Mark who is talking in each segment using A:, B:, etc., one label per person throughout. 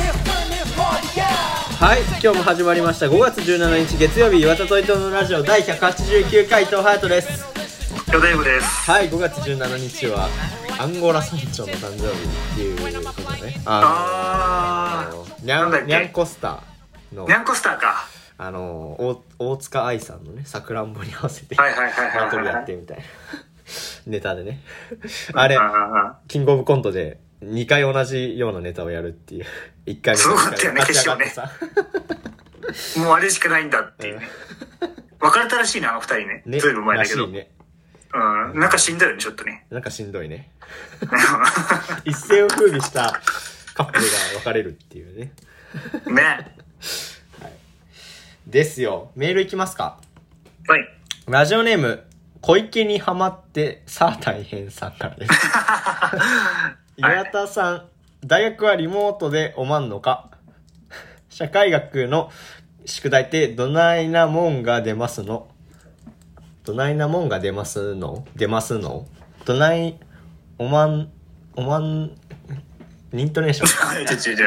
A: this, turn this party out
B: はい今日も始まりました5月17日月曜日岩田と伊藤のラジオ第189回伊藤隼人です
C: ヨデイブです。
B: はい5月17日はアンゴラ村長の誕生日っていうことねあ
C: あ
B: のニャ
C: なんだっ
B: ン
C: け
B: ニャンコスターの
C: ー、ニャンコスターか。
B: あの大大塚愛さんのねさくらんぼに合わせて
C: はいはいはいはいはい
B: 縄跳びやってみたいなネタでねあれ
C: ああ
B: キングオブコントで2回同じようなネタをやるっていう1 回目
C: すごかったよね
B: 勝ち上がってさ
C: あもうあれしかないんだっていうね。別れたらしいね、あの二人ね。
B: ね
C: ずいぶん前だ
B: ら
C: け
B: し
C: ど。
B: いね
C: うん。なんか死んだよね、ちょっとね。
B: なんかしんどいね一世を風靡したカップルが別れるっていうね
C: ね。
B: ですよメールいきますか
C: はい。
B: ラジオネーム小池にハマってさあ大変さんから です岩田さん大学はリモートでおまんのか社会学の宿題ってどないなもんが出ますのどないなもんが出ますの出ますのどないおまんおまんイントネーション
C: ちょちょちょ。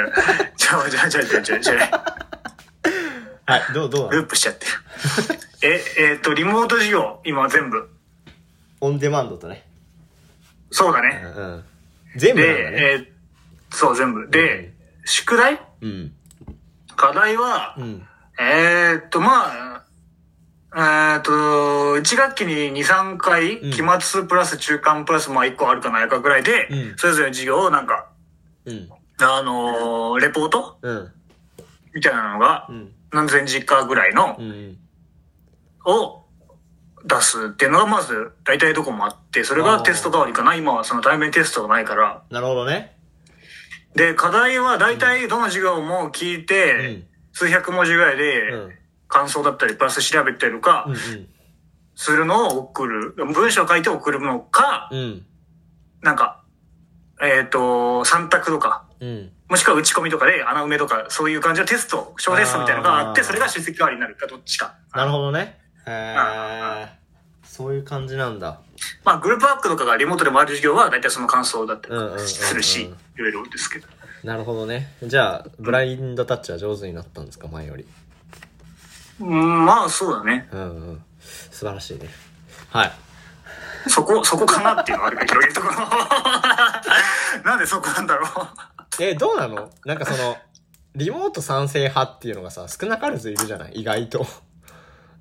C: ちょちょちょちょちょちょ。
B: はい、どう、どうなの
C: ループしちゃってる。え、えっ、と、リモート授業、今全部。
B: オンデマンドとね。
C: そうだ
B: う
C: ね。
B: ん。全部
C: で、
B: なんだね。
C: えーそう、全部。で、宿題
B: うん。
C: 課題は、
B: うん。
C: えーっと、まあ、えーっと、1学期に2、3回、
B: ん
C: 期末プラス中間プラス、まあ1個あるかないかぐらいで、
B: うん
C: それぞれの授業をなんか、
B: うん。
C: あのーレポート
B: うん。
C: みたいなのが
B: う、ん。
C: 何千字かぐらいの
B: う、ん。
C: を出すっていうのがまず、大体どこもあって、それ
B: あ
C: が
B: ー
C: テスト代わりかな。今はその対面テストがないから。
B: なるほどね。
C: で、課題は大体どの授業も聞いて、
B: うん
C: 数百文字ぐらいで
B: うん、
C: 感想だったり、プラス調べたりとか、
B: うん。うん。
C: するのを送る。文章を書いて送るのか、
B: うん。
C: なんか、えっ、と、三択とか、
B: うん。
C: もしくは打ち込みとかで穴埋めとか、そういう感じのテスト、小テストみたいなのがあって、
B: あー
C: それが出席代わりになるか、どっちか。
B: なるほどね。へー。そういう感じなんだ。
C: まあ、グループワークとかがリモートでもある授業は、だいたいその感想だった
B: うんうんうんうん
C: りするし、いろいろですけど。
B: なるほどね。じゃあ、ブラインドタッチは上手になったんですか、前より。
C: うん、まあ、そうだね。
B: うんうん。素晴らしいね。はい。
C: そこ、そこかなっていうのはあるけど、広げるところ。 なんでそこなんだろう。
B: え、どうなのなんかその、リモート賛成派っていうのがさ、少なからずいるじゃない意外と。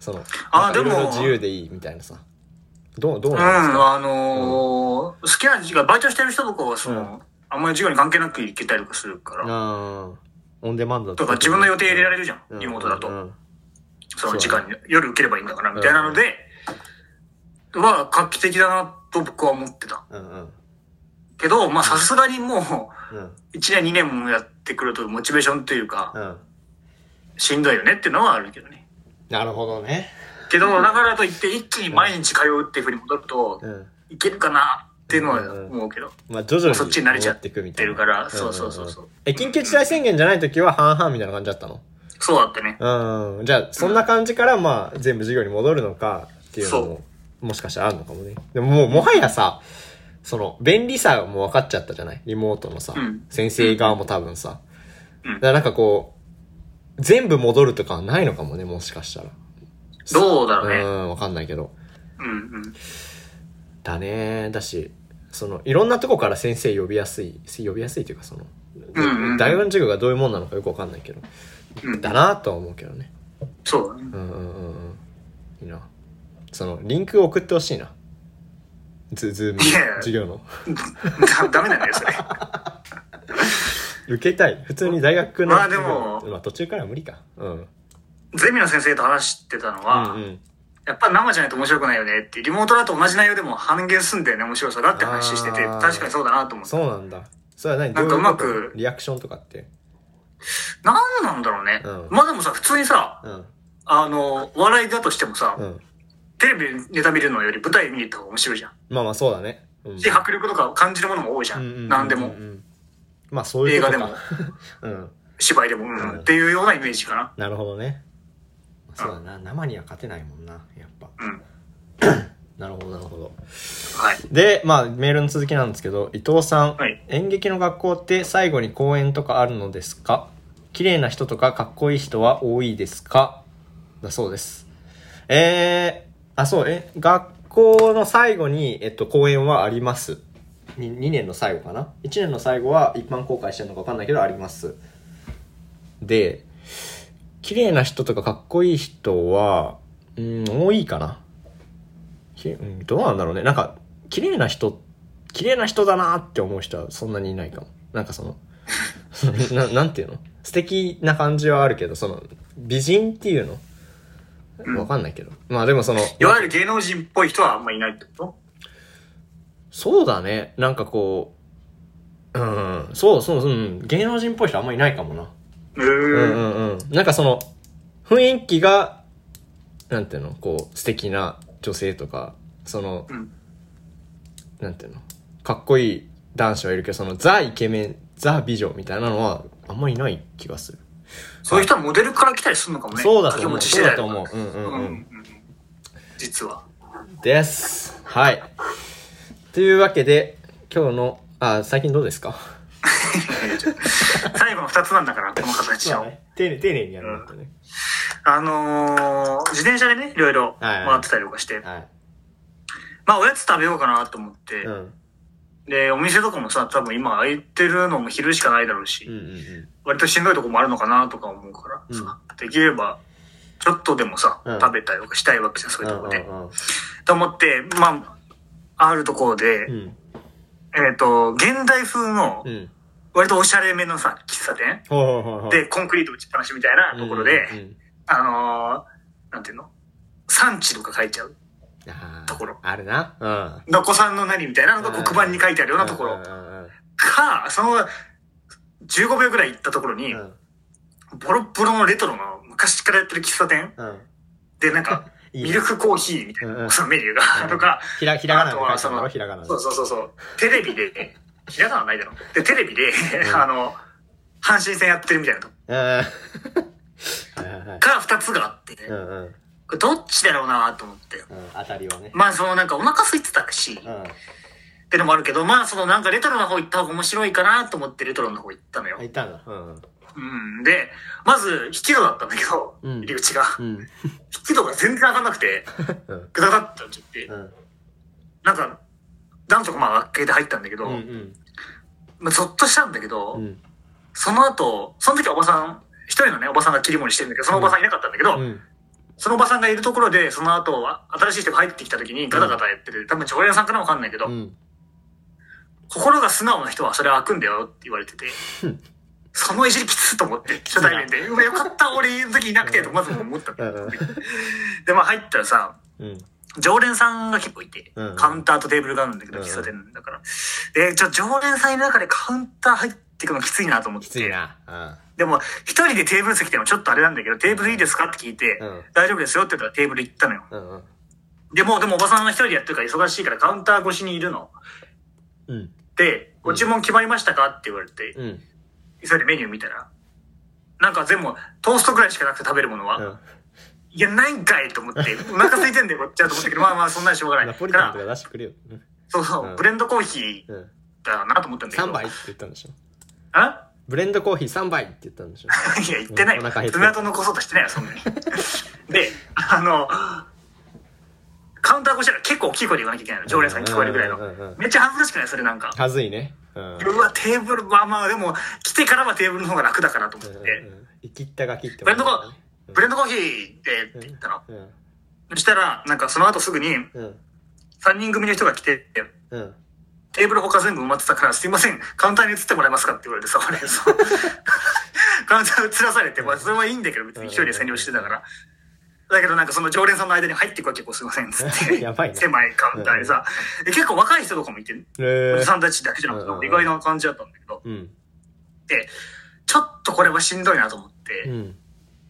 B: その、
C: あーでも
B: なんかいろいろ自由でいいみたいなさ。どう、どう
C: うん、
B: なんですか、
C: あのー好きな時間、バイトしてる人とかは、その、
B: うん
C: あんまり授業に関係なく行けたりとかするから。
B: あーオンデマンドだ
C: とか自分の予定入れられるじゃん、
B: うん
C: リモートだと、
B: うん
C: その時間に、夜受ければいいんだからみたいなので、は画期的だなと僕は思ってた
B: うんうん
C: けどまあさすがにも
B: うん
C: う1年2年もやってくるとモチベーションというか、
B: うん
C: しんどいよねっていうのはあるけどね
B: なるほどね
C: けどだからといって一気に毎日通うっていうふうに戻ると、
B: うん
C: いけるかなっていうのは
B: うん
C: 思うけど、
B: まあ徐々に
C: そっちに慣れちゃって
B: 戻みた
C: て
B: いな
C: るから、
B: んんん
C: そうそうそうそう
B: え緊急事態宣言じゃない時は半々みたいな感じだったの
C: そうだってね
B: うんじゃあそんな感じからまあ全部授業に戻るのかっていうのも
C: そ
B: もしかしたらあるのかもねでももうもはやさその便利さも分かっちゃったじゃないリモートのさ、
C: うん
B: 先生側も多分さ、
C: うん
B: だからなんかこう全部戻るとかはないのかもねもしかしたら
C: どうだろう
B: う
C: ね
B: ん、わかんないけど。
C: うんうん
B: だねだし、その、いろんなとこから先生呼びやすい、呼びやすいというかその、
C: うんうん
B: 大学の授業がどういうもんなのかよくわかんないけど、
C: うん
B: だなとは思うけどね。
C: そう だね
B: うんうんうんうん。いいな。その、リンク送ってほしいな。ズ、ズーム、
C: いやいや
B: 授業の。
C: だダメなんだよそれ
B: 受けたい。普通に大学の
C: まあ
B: 授業。
C: でも
B: まあ途中からは無理か。うん。
C: ゼミの先生と話してたの
B: う
C: は、
B: んうん。
C: やっぱ生じゃないと面白くないよねって、リモートだと同じ内容でも半減すんだよね、面白さがって話してて、
B: あー
C: 確かにそうだなと思って。
B: そうなんだ。それは何
C: なんか
B: どいこと
C: うまく
B: リアクションとかって。
C: なんなんだろうね。
B: うん
C: まあでもさ、普通にさ、
B: うん。
C: あの、笑いだとしてもさ、
B: うん。
C: テレビでネタ見るのより舞台見に行った方が面白いじゃん。
B: まあまあそうだね。うん。
C: で、迫力とか感じるものも多いじゃ。
B: うんうんうんん
C: 何で
B: う
C: も
B: んう。んまあそういうことか。
C: 映
B: 画でも。うん。
C: 芝居でも、うん、
B: うん
C: っていうようなイメージかな。
B: なるほどね。まあそうだな。生には勝てないもんな。やっぱ。
C: うん。
B: なるほど、なるほど。
C: はい。
B: で、まあ、メールの続きなんですけど、伊藤さん、
C: はい
B: 演劇の学校って最後に公演とかあるのですか綺麗な人とかかっこいい人は多いですかだそうです。えー、あ、そう、え、学校の最後に、えっと、公演はあります。に2年の最後かな ?1 年の最後は一般公開してるのか分かんないけど、あります。で、綺麗な人とかかっこいい人は、うん、多いかな。きうんどうなんだろうねなんか綺麗な人綺麗な人だなって思う人はそんなにいないかもなんかその ななんていうの素敵な感じはあるけどその美人っていうのわかんないけど、まあでもその
C: いわゆる芸能人っぽい人はあんまいないってこ
B: そうだねなんかこううんそうそうそう、うん、芸能人っぽい人あんまいないかもな
C: とうー
B: うん
C: ん。
B: うんうんなんかその雰囲気がなんていうのこう素敵な女性とかその、
C: うん
B: なんていうのかっこいい男子はいるけどそのザイケメンザ美女みたいなのはあんまりいない気がする、
C: そういう人はモデルから来たりするのかもね。
B: そうだと
C: 掛け
B: 思
C: 持
B: う
C: ちし
B: そ
C: て
B: う
C: た
B: だと
C: りとか
B: 思ううんう
C: うんん
B: う、
C: うんん。実は。
B: ですはいというわけで今日のあ最近どうですか
C: 最後の二つなんだから、この形を。
B: 丁寧丁寧にやるんだね、
C: あのー、自転車でね、いろいろ
B: はいはい
C: 回ってたりとかして、
B: はい
C: まあおやつ食べようかなと思って、
B: うん
C: で、お店とかもさ、多分今空いてるのも昼しかないだろうし、
B: うんうんうん
C: 割としんどいとこもあるのかなとか思うからさ、できれば、ちょっとでもさ、
B: うん
C: 食べたりとかしたいわけじゃん、そういうとこで。
B: うん
C: と思って、まあ、あるところで、
B: うん
C: えっ、と、現代風の
B: う、ん
C: 割とおしゃれめのさ、喫茶店、
B: ほうほうほうほう
C: で、コンクリート打ちっぱなしみたいなところで、
B: うんうん
C: あのー、なんていうの産地とか書いちゃう。
B: あー
C: ところ
B: あるなうん
C: のこさんの何みたいなのが黒板に書いてあるようなとこ
B: うん
C: ろ
B: うんうん
C: か、その15秒くらい行ったところに、ボロッボロのレトロの昔からやってる喫茶店
B: うんうん
C: でなんか、
B: いいね
C: ミルクコーヒーみたい
B: うんう
C: な、
B: ん
C: そのメニューが、とか、
B: ひら、ひらがな
C: あ
B: で
C: と
B: 書いてあ
C: は
B: る
C: そ
B: だろ
C: の、
B: ひらがなで。
C: そうそうそうそう、テレビで、ひらがなはないだろ。で、テレビで、
B: ん
C: あの、阪神戦やってるみたいなとこ
B: うん。はいはいはい。
C: から2つがあって、
B: うんうん。うん
C: これどっちだろうなと思って。
B: 当たりはね。
C: まあ、そのなんかお腹空いてたし、
B: うん。
C: ってのもあるけど、まあそのなんかレトロな方行った方が面白いかなと思ってレトロの方行ったのよ
B: あ、。いたんだ。うん。
C: うん。で、まず、引き戸だったんだけど、
B: うん
C: 入り口が。
B: うん。
C: 引き戸が全然開かなくて、
B: うん。
C: ぐだだってなっちゃって
B: う、ん。
C: なんか、なんとかまあ開けて入ったんだけど、
B: うん。
C: まあ、ゾッとしたんだけど、
B: うん。
C: その後、その時はおばさん、一人のね、おばさんが切り盛りしてるんだけど、そのおばさんいなかったんだけど、
B: うん。
C: そのおばさんがいるところで、その後は、新しい人が入ってきた時にガタガタやってて、多分常連さんかなわかんないけど、
B: うん。
C: 心が素直な人はそれは開くんだよって言われてて
B: うん、
C: そのいじりきつと 思って、初対面で、うわ、よかった、俺の時いなくて、とまず思ったんだ
B: うん。うん。
C: で、まあ入ったらさ、
B: うん。
C: 常連さんが結構いて
B: うん、
C: カウンターとテーブルがあるんだけど、
B: うん
C: 喫茶店だから。で、ちょ、常連さんいる中でカウンター入ってくのきついなと思っ
B: きつい
C: て。
B: な。
C: でも、一人でテーブル席ってのはちょっとあれなんだけど、テーブルいいですかって聞いて
B: うん、
C: 大丈夫ですよって言ったらテーブル行ったのよ。
B: うん。うん。
C: でも、でもおばさんは一人でやってるから忙しいからカウンター越しにいるの。
B: うん。
C: で、ご注文決まりましたかって言われて、
B: うん。
C: 急いでメニュー見たら、なんか全部トーストくらいしかなくて食べるものは、
B: うん。
C: いや、ないんかいと思って、お腹空いてんだよ、こっちはと思 ったけど、まあまあ、そんなにしょうがない。
B: ナ
C: だか
B: ポリタン
C: ら
B: と、か出してくれよ。
C: そうそう、
B: うん
C: ブレンドコーヒー
B: うん。
C: だなと思ったんだけど。
B: 3杯って言ったんでしょ。
C: あ
B: ブレンドコーヒー3杯って言ったんでしょ。
C: いや、言ってない。
B: うんお腹減ってる
C: 爪痕残そうとしてないよ、そんなに。 で、あの、カウンター越したら結構大きい声で言わなきゃいけないの。常連さんに聞こえるぐらいの
B: うんうんうんうん。
C: めっちゃ恥ずかしくないそれなんか。
B: はずいね。うん。
C: うわ、テーブル、まあまあ、でも、来てからはテーブルの方が楽だからと思って。
B: 生きったがきって。
C: ブレンドコー、ブレンドコーヒーでって言ったの。
B: うん。
C: そしたら、なんかその後すぐに、
B: うん。
C: 3人組の人が来て、
B: うん。
C: テーブル他全部埋まってたから、すいません、カウンターに移ってもらえますかって言われてさ、 俺、そうカウンター移らされて、まあ、それはいいんだけど、別に一人で占領してたから。だけどなんかその常連さんの間に入っていくわけ、こうすいません、つっ て。
B: やばいね
C: 狭いカウンターでさ。で結構若い人とかもいて、お
B: え
C: じさんたちだけじゃなく
B: うんうんうん
C: て、意外な感じだったんだけど。
B: うん。
C: で、ちょっとこれはしんどいなと思って、
B: うん。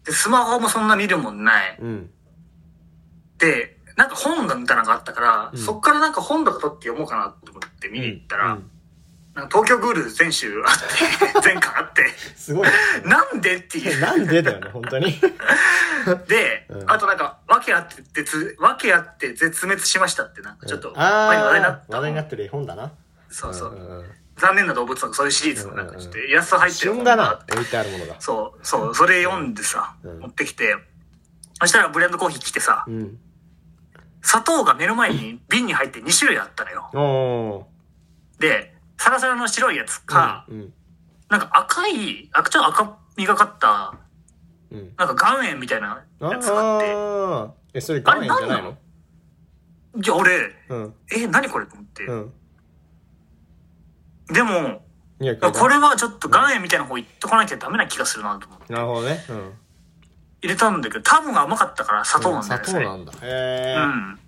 C: で、スマホもそんな見るもんない。
B: うん。
C: で、なんか本みたいなのがあったから、そっからなんか本とか取って読もうかなと思って見に行ったら、
B: うん
C: なんか東京グールズ全集 あって、全巻あって、
B: す ごいね。
C: なんでっていう。
B: なんでだよね、本当に。
C: で、
B: うん
C: あとなんか、訳あって絶、訳あって絶滅しましたって、なんかちょっと、前に話題にな
B: あ
C: っ
B: ー
C: た。
B: 話題になってる絵本だな。
C: そうそう。
B: んんん
C: 残念な動物とかそういうシリーズのなんかちょっとイラスト入ってる
B: 旬
C: 本
B: だ
C: があ
B: な
C: っ、て
B: 置いてあるものが。
C: そう、そう、それ読んでさ、
B: うん
C: 持ってきて、そしたらブレンドコーヒー来てさ
B: う、ん。
C: 砂糖が目の前に瓶に入って2種類あったのよ。
B: おー。
C: で、サラサラの白いやつか、
B: うん。
C: なんか赤い、あちょっと赤みがかった、
B: うん。
C: なんか岩塩みたいな
B: あ
C: やつがあって、
B: あー。え、それ岩塩じゃないの
C: いや、俺、
B: うん。
C: え、何これと思って。
B: うん。
C: でも、
B: いや、
C: これはちょっと岩塩みたいな方行ってこなきゃダメな気がするなと思って。
B: なるほどね。うん。
C: 入れたんだけど、多分甘かったから砂糖なんだ
B: 砂
C: よね。
B: 糖
C: それ
B: なんだ。へ
C: う
B: ー。
C: ん。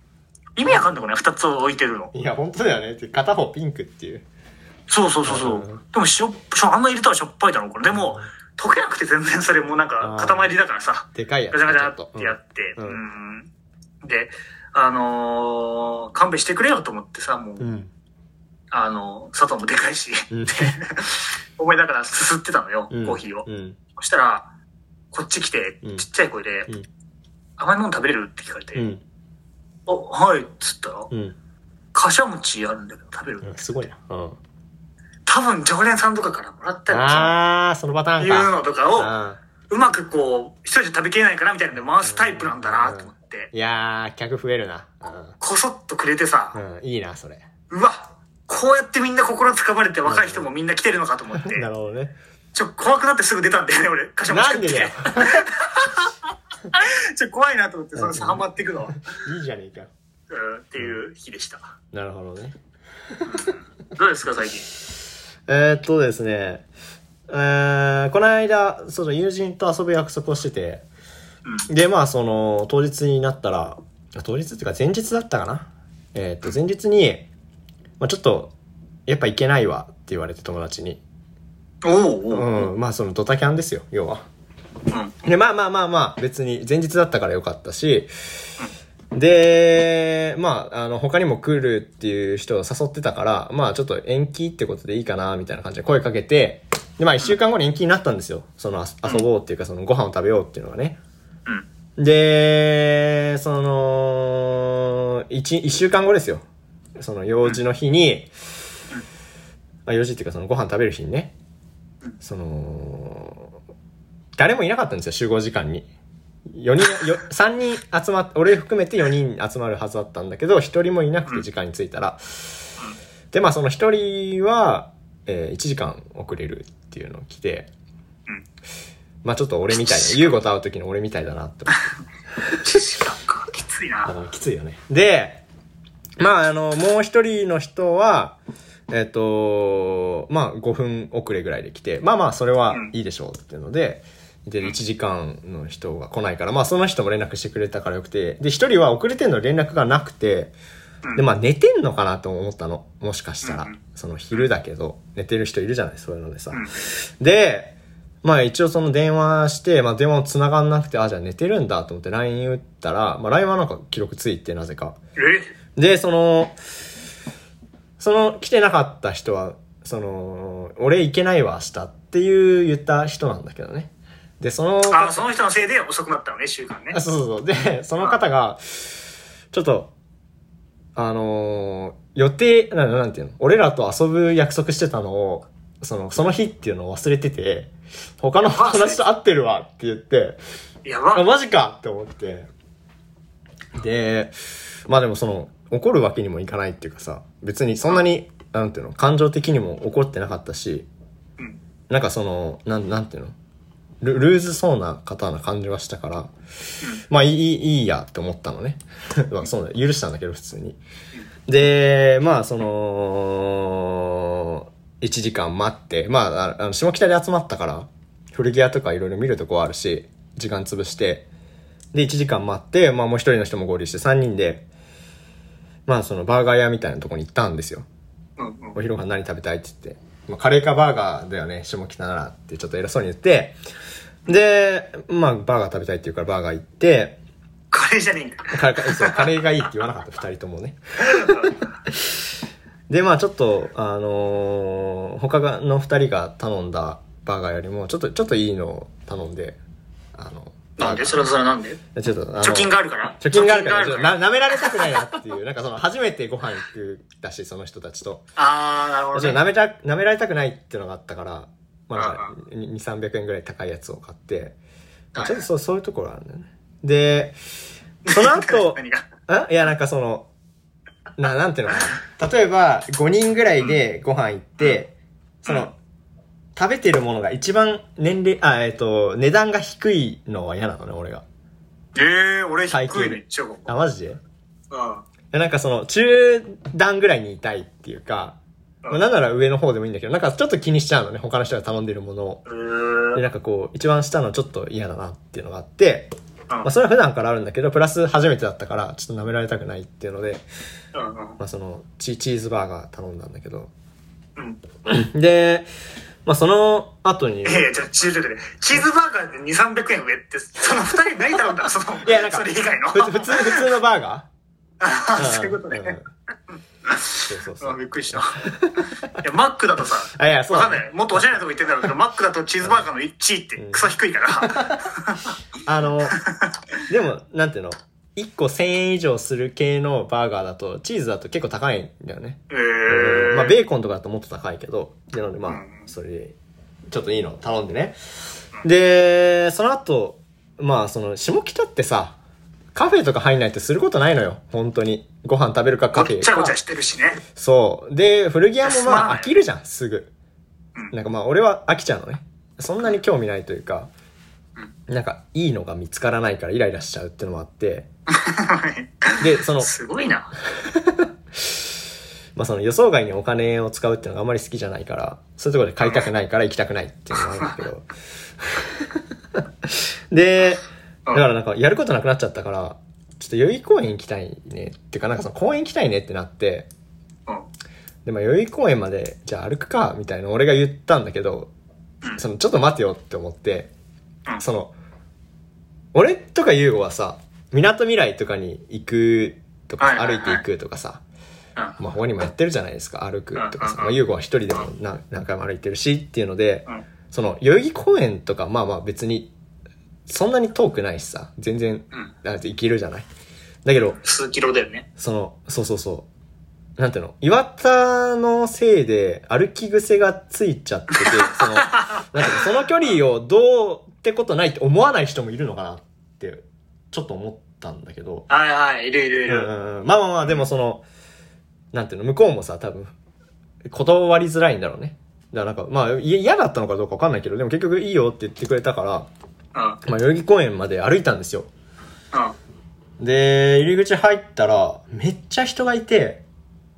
C: 意味わかんなくない二つを置いてるの。
B: いや、本当だよね。って片方ピンクっていう。
C: そうそうそうそう。
B: うん
C: でも塩、塩あんな入れたらしょっぱいだろう、これ。でも、溶けなくて全然それもうなんか
B: あー
C: 塊だからさ、
B: でかいやつ。
C: ガチャガチ
B: ちょ
C: ャ
B: っ
C: っ
B: と
C: てやって、
B: う
C: うんん。で、あのー勘弁してくれよと思ってさ、もう、
B: うん。
C: あのー砂糖もでかいし、
B: うん。
C: 思いながらすすってたのよ、
B: うん
C: コーヒーを。
B: うん。
C: そしたら、こっち来て
B: うん、
C: ちっちゃい声で、
B: うん
C: 甘いもの食べれるって聞かれて、
B: うん。
C: あ、はい、っつったら、
B: うん。
C: かしわ餅あるんだけど食べる、
B: うんすごいな。うん。
C: 多分常連さんとかからもらったりさ、
B: あー、そのパター
C: い
B: ン
C: う
B: か。
C: のとかを、
B: あ
C: うまくこう、一人で食べきれないかなみたいなので回すタイプなんだなと思って
B: ー、いやー、客増えるな。う
C: こそっとくれてさ、
B: ん。うん、いいな、それ。
C: うわ、こうやってみんな心つかまれて若い人もみんな来てるのかと思って、
B: なるほどね。
C: ちょ、怖くなってすぐ出たんだよね、俺。かしわ餅
B: な
C: 食
B: ん
C: っ
B: で
C: て。
B: だよ。
C: ちょ、怖いなと思って、その差ハマっていくのは。うん
B: いいじゃねえか。
C: っていう日でした。
B: なるほどね。
C: どうですか、最近。
B: えー、っとですね。えー、この間、その友人と遊ぶ約束をしてて、で、まあ、その、当日になったら、当日っていうか前日だったかな。えー、っと、前日に、まあ、ちょっと、やっぱ行けないわって言われて友達に。
C: おうおう
B: うん、まあ、そのドタキャンですよ、要は。
C: うん。
B: で、まあまあまあまあ、別に、前日だったからよかったし、で、まあ、あの、他にも来るっていう人を誘ってたから、まあ、ちょっと延期ってことでいいかな、みたいな感じで声かけて、で、まあ、一週間後に延期になったんですよ。その、あ遊ぼうっていうか、その、ご飯を食べようっていうのがね。で、その、一、一週間後ですよ。その、用事の日に、まあ、用事っていうか、その、ご飯食べる日にね、その、誰もいなかったんですよ、集合時間に。4人、よ3人集まっ、俺含めて4人集まるはずだったんだけど、1人もいなくて時間に着いたら。で、まあその1人は、え1時間遅れるっていうのを来て
C: うん、
B: まあちょっと俺 みたいな、優子と会う時の俺みたいだなって思って
C: 時間か、きつい
B: あ
C: な。
B: の、きついよね。で、まああの、もう一人の人は、えっ、と、まあ5分遅れぐらいで来て、まあまあそれはいいでしょうっていうので、で、1時間の人が来ないから、まあその人も連絡してくれたからよくて、で、一人は遅れてんの連絡がなくて、で、まあ寝てんのかなと思ったの。もしかしたら
C: うんうん。
B: その昼だけど、寝てる人いるじゃない、そういうのでさ。
C: うん
B: で、まあ一応その電話して、まあ電話も繋がんなくて、あ、じゃあ寝てるんだと思って LINE 打ったら、まあ LINE はなんか記録ついて、なぜか。
C: え
B: で、その、その来てなかった人は、その、俺行けないわ、明日っていう言った人なんだけどね。で、その、
C: あ、その人のせいで遅くなったのね、週間ね
B: あ。そうそうそう。で、その方が、ちょっと、あのー予定、ななんていうの俺らと遊ぶ約束してたのを、その、その日っていうのを忘れてて、他の友達と会ってるわって言って、
C: や
B: あ、
C: ば。
B: マジかって思って。で、まあでもその、怒るわけにもいかないっていうかさ、別にそんなに、なんていうの、感情的にも怒ってなかったし、
C: うん
B: なんかその、なん、なんていうのルルーズそうな方な感じはしたから、まあいい、いいいいやって思ったのね。 まあそうだ、許したんだけど普通に。で、まあその、1時間待って、まああ、あの、下北で集まったから、古着屋とかいろいろ見るとこあるし、時間潰して、で、1時間待って、まあもう一人の人も合流して3人で、まあそのバーガー屋みたいなとこに行ったんですよ。
C: うんうん
B: お昼ご飯何食べたいって言って。まあ、カレーかバーガーだよね、下北ならってちょっと偉そうに言って、で、まあ、バーガー食べたいって言うからバーガー行って、
C: これじゃねえんだ。
B: カレーそうカレーがいいって言わなかった、二人ともね。で、まあちょっと、あのー他がの二人が頼んだバーガーよりも、ちょっと、ちょっといいのを頼んで、あの、
C: なんでそれはそれはなんで
B: ちょっと、あの
C: 貯金があるから
B: 貯金があるから、
C: 貯
B: ちょっと
C: 金があ
B: な舐められたくないなっていう、なんかその、初めてご飯行くだし、その人たちと。
C: あー、なるほ
B: ちょ
C: ど
B: っと舐
C: ね。、
B: めた、舐められたくないっていうのがあったから、まあなんか、2、300円ぐらい高いやつを買って、まあちょっとそう、そういうところあるんだよね。で、その後
C: 何が
B: んいや、なんかその、な、なんていうのかな。例えば、5人ぐらいでご飯行って、その、食べてるものが一番年齢、あ、えっ、と、値段が低いのは嫌なのね、俺が。
C: ええー、俺低
B: 最
C: い
B: 近
C: ね、一応。
B: あ、マジで
C: うん。
B: いやなんかその、中段ぐらいにいたいっていうか、まあ、なんなら上の方でもいいんだけど、なんかちょっと気にしちゃうのね、他の人が頼んでるものを。
C: うー
B: で、
C: ん。
B: なんかこう、一番下のちょっと嫌だなっていうのがあって、
C: うん
B: まあそれは普段からあるんだけど、プラス初めてだったから、ちょっと舐められたくないっていうので、
C: うんうん
B: まあその、チチーズバーガー頼んだんだけど。
C: うん。
B: で、まあその後に
C: い、やいや、ちょ、ちょ、ちょ、ちょチーズバーガーで2、300円上って、その二人何頼んだのその、
B: いやなんか
C: それ以外の。
B: ふつ普通、普通のバーガ
C: あ
B: ー
C: ーそういうことね。
B: んんそうそうそ
C: あ
B: う。
C: びっくりした。いや、マックだとさ、
B: あ、いや、そう
C: わか
B: だ
C: ん
B: ね、
C: ない。もっとおしゃれなとこ行ってんだろうけど、マックだとチーズバーガーの1位ってクソ低 いから。
B: あ の、でも、なんていうの ?1 個1000円以上する系のバーガーだと、チーズだと結構高いんだよね。
C: えー。
B: まあ、ベーコンとかだともっと高いけど、なのでまあ
C: うん、
B: それで、ちょっといいの頼んでね。で、その後、まあ、その、下北ってさ、カフェとか入んないってすることないのよ、本当に。ご飯食べるかカ
C: ご
B: フェ
C: っ
B: か。
C: ちゃごちゃしてるしね。
B: そう。で、古着屋も
C: すま
B: ま
C: ない
B: あ飽きるじゃん、すぐ
C: うん。
B: なんかまあ俺は飽きちゃうのね。そんなに興味ないというか、なんかいいのが見つからないからイライラしちゃうっていうのもあ って、で、その、
C: すごいな。
B: まあその予想外にお金を使うっていうのがあんまり好きじゃないから、そういうところで買いたくないから行きたくないっていうのもあるんだけど。 で、だからなんかやることなくなっちゃったから、ちょっと代々木公園行きたいね。っていうかなんかその公園行きたいねってなって、
C: うん。
B: で、まあ、代々木公園まで、じゃあ歩くか、みたいな俺が言ったんだけど、その、ちょっと待てよって思って、
C: うん
B: その、俺とか優吾はさ、港未来とかに行くとか、
C: はいはいはい
B: 歩いて行くとかさ、
C: うん
B: まあ、他にもやってるじゃないですか、歩くとか
C: うんうんうん
B: さ、まあ、優吾は一人でも何何回も歩いてるしっていうので、
C: うん
B: その、代々木公園とか、まあまあ別に、そんなに遠くないしさ、全然、
C: うん
B: だって行けるじゃない。だけど、
C: 数キロだよね。
B: その、そうそうそう。なんていうの岩田のせいで歩き癖がついちゃってて、そ の、なんていうのその距離をどうってことないって思わない人もいるのかなって、ちょっと思ったんだけど。
C: はいはい、いるいるい
B: うんう
C: る。
B: んうんまあまあまあ、でもその、なんていうの向こうもさ、多分、断りづらいんだろうね。だからなんか、まあ、い嫌だったのかどうかわかんないけど、でも結局いいよって言ってくれたから、
C: うん。うん。
B: まあ、代々木公園まで歩いたんですよ。で、入り口入ったら、めっちゃ人がいて、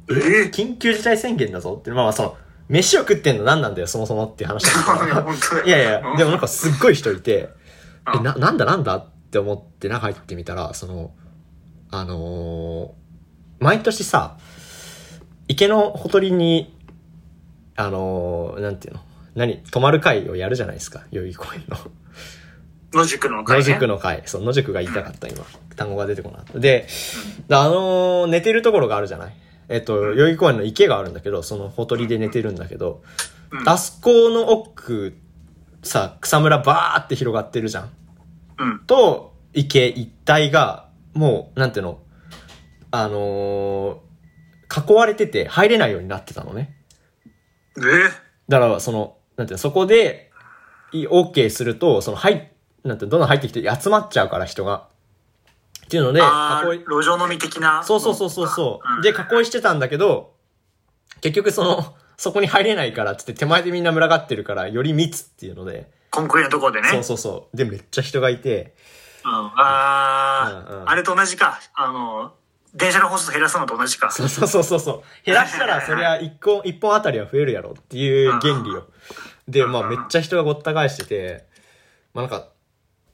C: ええ
B: 緊急事態宣言だぞって、まあまあその、飯を食ってんの何なんだよ、そもそもっていう話だ
C: ー。いや、
B: か
C: 本当
B: ら。
C: だよ
B: いやいや、でも
C: うん
B: なんかすっごい人いて、
C: うん
B: え、な、なんだなんだって思って中入ってみたら、その、あのー毎年さ、池のほとりに、あのーなんていうの何泊まる会をやるじゃないですか、代々木公園の。
C: 野宿の会
B: 野
C: ね
B: 宿の会。そう、野宿が言いたかった、今。単語が出てこなかった。で、であのー寝てるところがあるじゃないえっと、代々木公園の池があるんだけど、そのほとりで寝てるんだけど、
C: うん
B: あそこの奥、さ、草むらバーって広がってるじゃん。
C: うん。
B: と、池一帯が、もう、なんていうの、あのー囲われてて入れないようになってたのね。
C: え
B: だから、その、なんていうの、そこで、い OK すると、その、はい、なんていうのどんどん入ってきて集まっちゃうから、人が。っていうので、
C: えあー
B: 囲い、
C: 路上飲み的な。
B: そうそうそうそうそう、
C: ん
B: で、囲いしてたんだけど、結局その、そこに入れないからっつって手前でみんな群がってるから、より密っていうので、
C: コンクリのところでね。
B: そうそうそう。で、めっちゃ人がいて、
C: うん、あー、
B: うんうん
C: あれと同じか。あの、電車の本数減らすのと同じか。
B: そうそうそうそうそう。減らしたら、そりゃ一個、一本あたりは増えるやろっていう原理よ。で、まあめっちゃ人がごった返してて、まあなんか、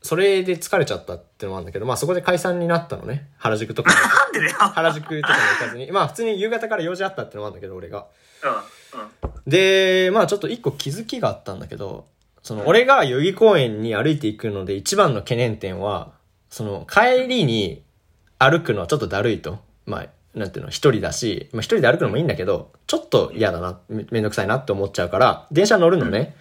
B: それで疲れちゃったってのもあるんだけど、まあそこで解散になったのね。原宿とか。
C: なんでだよ。
B: 原宿とかも行かずに。ま あ普通に夕方から用事あったってのもあるんだけど、俺が。
C: うん。うん。
B: で、まあちょっと一個気づきがあったんだけど、その俺が代々木公園に歩いていくので一番の懸念点は、その帰りに歩くのはちょっとだるいと。まあ、なんていうの、一人だし、まあ一人で歩くのもいいんだけど、ちょっと嫌だな、めめんどくさいなって思っちゃうから、電車乗るのね。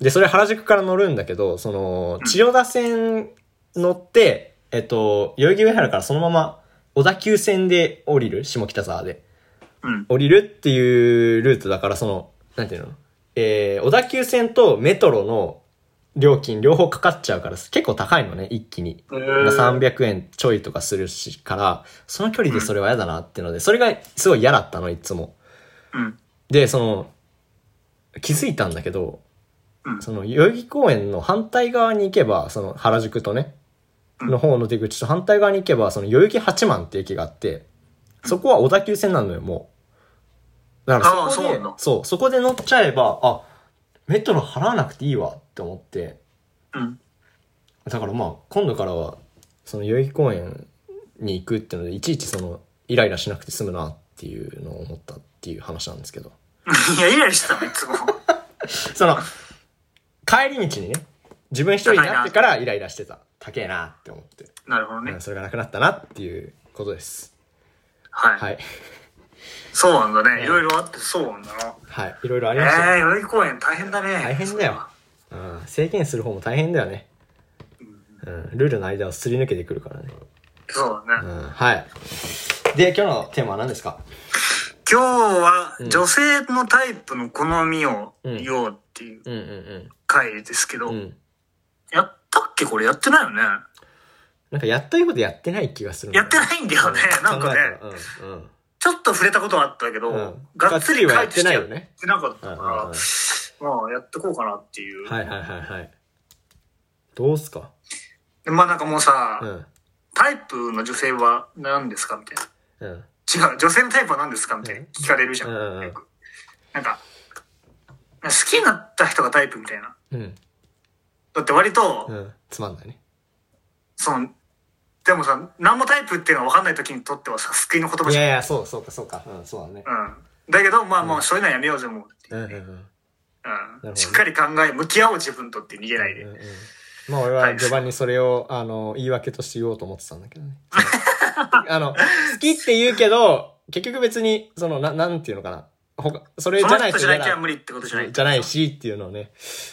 B: で、それ原宿から乗るんだけど、その、千代田線乗って、えっと、代々木上原からそのまま小田急線で降りる、下北沢で。
C: うん。
B: 降りるっていうルートだから、その、なんていうのえー、小田急線とメトロの料金両方かかっちゃうから、結構高いのね、一気に。
C: へー
B: まあ300円ちょいとかするし、から、その距離でそれは嫌だなっていうので、それがすごい嫌だったの、いつも。
C: うん。
B: で、その、気づいたんだけど、
C: うん
B: その、代々木公園の反対側に行けば、その、原宿とね、
C: うん
B: の方の出口と反対側に行けば、その、代々木八幡って駅があって、そこは小田急線なのよ、もう。だからそこ
C: ああそう
B: で
C: なんだ、
B: そう、そこで乗っちゃえば、あ、メトロ払わなくていいわって思って、
C: うん。
B: だからまあ、今度からは、その、代々木公園に行くってので、いちいちその、イライラしなくて済むなっていうのを思ったっていう話なんですけど。
C: いや、イライラしてたの、い つも。
B: その、帰り道にね、自分一人になってからイライラしてた。高えなって思って。
C: なるほど
B: う
C: ね
B: ん。それがなくなったなっていうことです。
C: はい。
B: はい。
C: そうなんだね。いろいろあって、そうなんだな。
B: はい。いろいろあり
C: え
B: ま
C: ー、
B: したよ。
C: 代々木公園大変だね。
B: 大変だよ。うん。制限する方も大変だよね。うん。ルールの間をすり抜けてくるからね。
C: そうだ
B: う
C: ね。
B: ん。はい。で、今日のテーマは何ですか
C: 今日は、女性のタイプの好みを
B: うん
C: 言おうっていう
B: うんうん
C: 回ですけど、
B: うん。うん。
C: やったっけこれやってないよね。
B: なんかやったいことやってない気がするんだ
C: や
B: よ
C: ってないんだよね。なんか
B: 考え
C: ね、
B: たらうんうん。
C: ちょっと触れたことはあったけど、
B: うん
C: がっつり
B: がっつりはや
C: 回
B: っ
C: 帰
B: て
C: し
B: ない
C: てや
B: よ
C: っ
B: ね
C: てなかったから、
B: うんうんうん
C: まあやってこうかなっていう。
B: はいはいはいはい。どうすか
C: でまあなんかもうさ、
B: うん。
C: タイプの女性は何ですかみたいな。
B: うん。
C: 違う、女性のタイプは何ですかみたいな
B: うん
C: 聞かれるじゃん。
B: うんうんうん
C: よくなんか、好きになった人がタイプみたいな。
B: うん。
C: だって割と、
B: うん。つまんないね。
C: その、でもさ、何もタイプっていうのが分かんない時にとってはさ、救いの言葉
B: い
C: じゃん。
B: やいや、そう、そうか、そうか。うん、そうだね。
C: うん。だけど、まあもう、そういうのはやめようぜ、もう。
B: うん、うん、うん。
C: う
B: どね
C: ん。しっかり考え、向き合おう自分とって逃げないで。
B: うんうんまあ俺は序盤にそれを、あの、言い訳として言おうと思ってたんだ けどね。あの、好きって言うけど、結局別に、その、ななんていうのかな。他、それじ
C: そ
B: ゃ
C: の
B: ない
C: 人
B: と
C: じゃな
B: 嫌
C: いきゃ無
B: だ。
C: 理ってことじゃない。
B: じゃないしっていうのをね、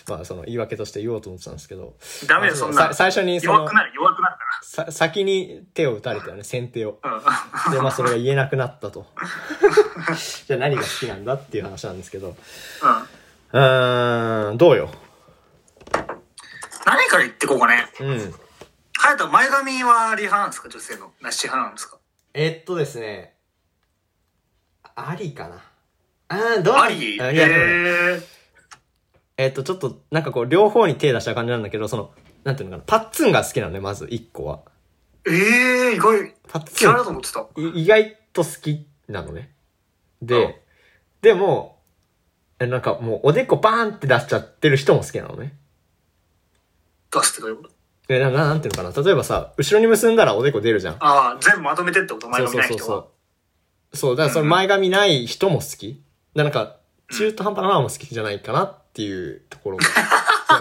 B: まあその言い訳として言おうと思ってたんですけど。
C: ダメよ、
B: あ
C: そん
B: さ
C: な。
B: 最初にその
C: 弱くなる、弱くなるか
B: さ、先に手を打たれたよね、先手を。
C: ら。うん。
B: で、まあそれが言えなくなった と。じゃあ何が好きなんだっていう話なんですけど。
C: うん。
B: うーん、どうよ。
C: 何から言ってこうかね。
B: うん。
C: はやと前髪はリ派なんですか女性の。なし派なんですか
B: えっとですね、ありかな。あーどう
C: あり
B: い
C: え
B: や、でもね
C: ー。
B: えっと、ちょっと、なんかこう、両方に手出した感じなんだけど、その、なんていうのかな、パッツンが好きなのね、まず、一個は。
C: えー、意外、
B: パッツ
C: 嫌いだと
B: ン
C: 思ってた。
B: い、意外と好きなのね。
C: うん
B: で、でも、えなんかもう、おでこバーンって出しちゃってる人も好きなのね。
C: 出すってどういうこと
B: えなななんていうのかな、例えばさ、後ろに結んだらおでこ出るじゃん。
C: ああ、全部まとめてってこと前
B: そう
C: 髪
B: そう
C: ない
B: そう
C: 人
B: そ
C: は
B: う。。そう、だからその前髪ない人も好き。だからなんか、中途半端なのも好きじゃないかなっていうと ころが。そ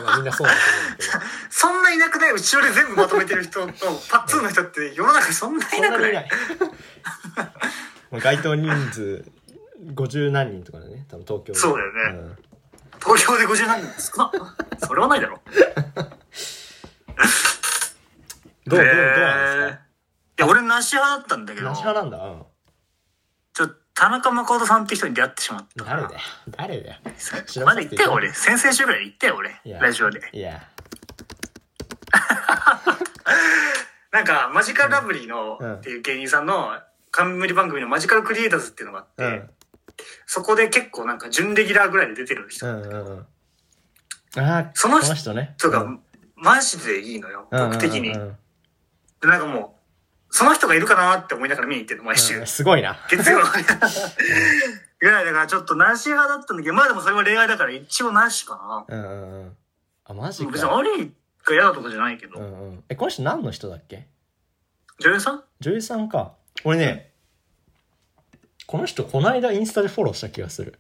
B: うまあみんなそうなんだと思うんだ
C: そんないなくない後ろで全部まとめて る人と、パッツンの人って世の中そんな
B: け
C: い
B: ど。
C: な
B: そん
C: く
B: なに
C: な
B: い
C: い
B: ない。もう該当人数50何人とかだね、多分東京
C: そうだよね
B: ね。
C: 東京で50何人ですかそれはないだろ。
B: どう、どう、どう
C: へー
B: なんですか
C: いや、俺、なし派だったんだけど
B: な、し派なんだ。うん。
C: ちょっと、田中誠さんって人に出会ってしまったから。
B: 誰だよ。誰だよ。知ら
C: ま
B: な
C: だ
B: く
C: 言って
B: いい
C: たよ、俺。先々週ぐらい言ったよ、俺。
B: いや
C: ラジオで。
B: いや。
C: なんか、マジカルラブリーの、
B: うん
C: っていう芸人さんの、冠番組のマジカルクリエイターズっていうのがあって、
B: うん。
C: そこで結構なんか、準レギュラーぐらいで出てる
B: う
C: 人
B: んうんうん。ああ、
C: その人
B: 人ね。
C: と
B: うん
C: か、マジでいいのよ、僕的に。
B: う
C: で
B: んうんうん
C: なんかもう、その人がいるかなって思いながら見に行ってるの、毎週。
B: うんすごいな。
C: 月曜ぐらいだから、ちょっとなし派だったんだけど、まあでもそれも恋愛だから一応なしかな。
B: うんうんうん。あ、マジ
C: 別に
B: か。
C: ありが嫌だとかじゃないけど、
B: うんうん。え、この人何の人だっけ
C: 女優さん
B: 女優さんか。俺ね、この人こないだインスタでフォローした気がする。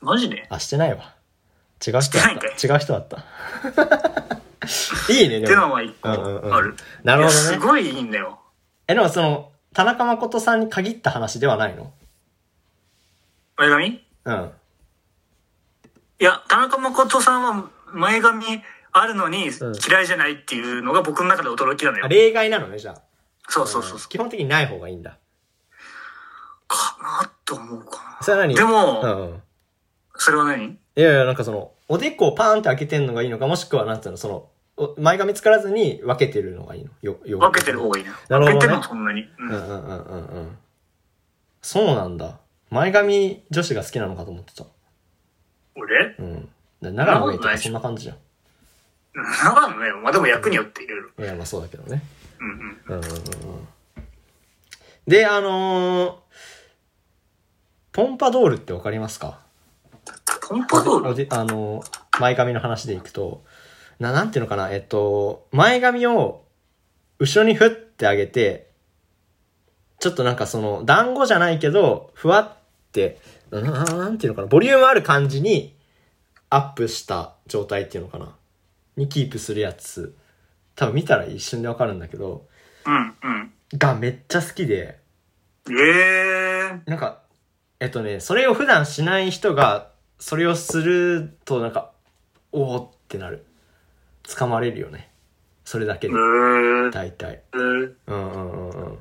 C: マジで
B: あ、してないわ。違う人だ
C: してないん
B: っ
C: かい
B: た。違う人だ った。いいね、
C: って
B: で
C: の
B: も。
C: は一個ある、
B: うんうんうんなる
C: い
B: ほど
C: やす
B: ね。
C: ごいいいんだよ
B: え、でもその、田中誠さんに限った話ではないの
C: 前髪い
B: うん。
C: や田中誠さんは前髪あるのに
B: うん
C: 嫌いじゃないっていうのが僕の中で驚きなのよ、
B: あ例外なのね、じゃあ。
C: そうそうそうそう
B: 基本的にない方がいいんだ。
C: かなと思うか
B: それは何
C: でも
B: うんうん。
C: なそれは何
B: いやいや、なんかその、おでこをパーンって開けてんのがいいのか、もしくは、なんつうの、その、お前髪作らずに分けてるのがいいの。よ、よ
C: 分けてる方がいいな
B: なるほどね
C: 分けてるのそんなに、う
B: うん
C: ん
B: うんうんうんうん。そうなんだ。前髪女子が好きなのかと思ってた。
C: 俺
B: うん。だ長野がいいとかそんな感じじゃん。
C: なかんないよまあでも役によっていろいろ
B: いや、まあそうだけどね。
C: うんうん
B: うんうんうんうん。で、あのー、ポンパドールってわかりますか
C: ポンパドー
B: お
C: ル
B: じあの、前髪の話でいくと、な、なんていうのかな、えっと、前髪を後ろにふって上げて、ちょっとなんかその、団子じゃないけど、ふわって、な、ななんていうのかな、ボリュームある感じに、アップした状態っていうのかな、にキープするやつ、多分見たら一瞬でわかるんだけど、
C: うんうん
B: がめっちゃ好きで、
C: ええ
B: なんか、えっとね、それを普段しない人が、それをすると、なんか、おおってなる。掴まれるよね。それだけで
C: え。ー、
B: 大体。
C: えー、
B: うんうんうんうん。好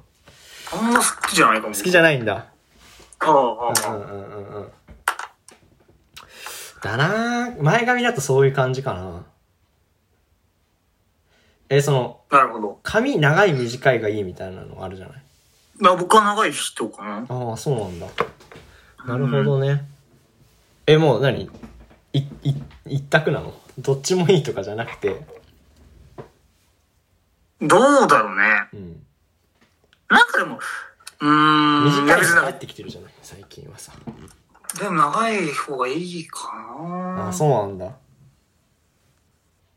C: あんま好きじゃないかも
B: きじゃないんだ。
C: あああ
B: う
C: あ
B: んうんうんうん。だなぁ。前髪だとそういう感じかなえ、その、
C: なるほど。
B: 髪長い短いがいいみたいなのあるじゃない
C: まあ僕は長い人かな。
B: ああ、そうなんだ。なるほどね。え、もう何い、い、一択なのどっちもいいとかじゃなくて。
C: どうだろうね。
B: うん。
C: なんかでも、うーん、
B: 短い
C: 別
B: に
C: に
B: なってきてるじゃない最近はさ。
C: でも長い方がいいか
B: ああ、
C: な。
B: そうなんだ。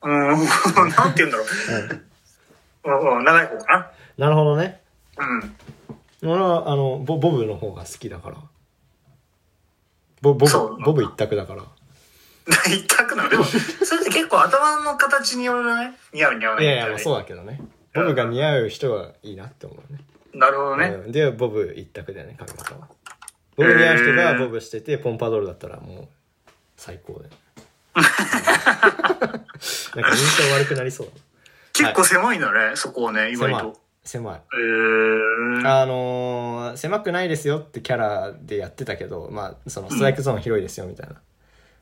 C: うーん、 なんて言うんだろう。うん、うん長い方か
B: なるほどね。
C: な。うん。
B: 俺は、あの、ボボブの方が好きだから。ボボ
C: そう
B: ブ、ボブ一択だから。
C: 一択なの。でも、それって結構頭の形によるね。似合う似合わないい。
B: やいや、まあそうだけどね。ボブが似合う人がいいなって思うね。
C: なるほどね。
B: うん、でボブ一択だよね髪型はボブ似合う人がボブしてて、ポンパドールだったらもう最高 だよなんか印象悪くなりそう
C: 結構狭いんだね、そこはね、意外
B: 狭い
C: と。
B: 狭い
C: えー、
B: あのー狭くないですよってキャラでやってたけどまあそのストライクゾーン広いですよみたいな、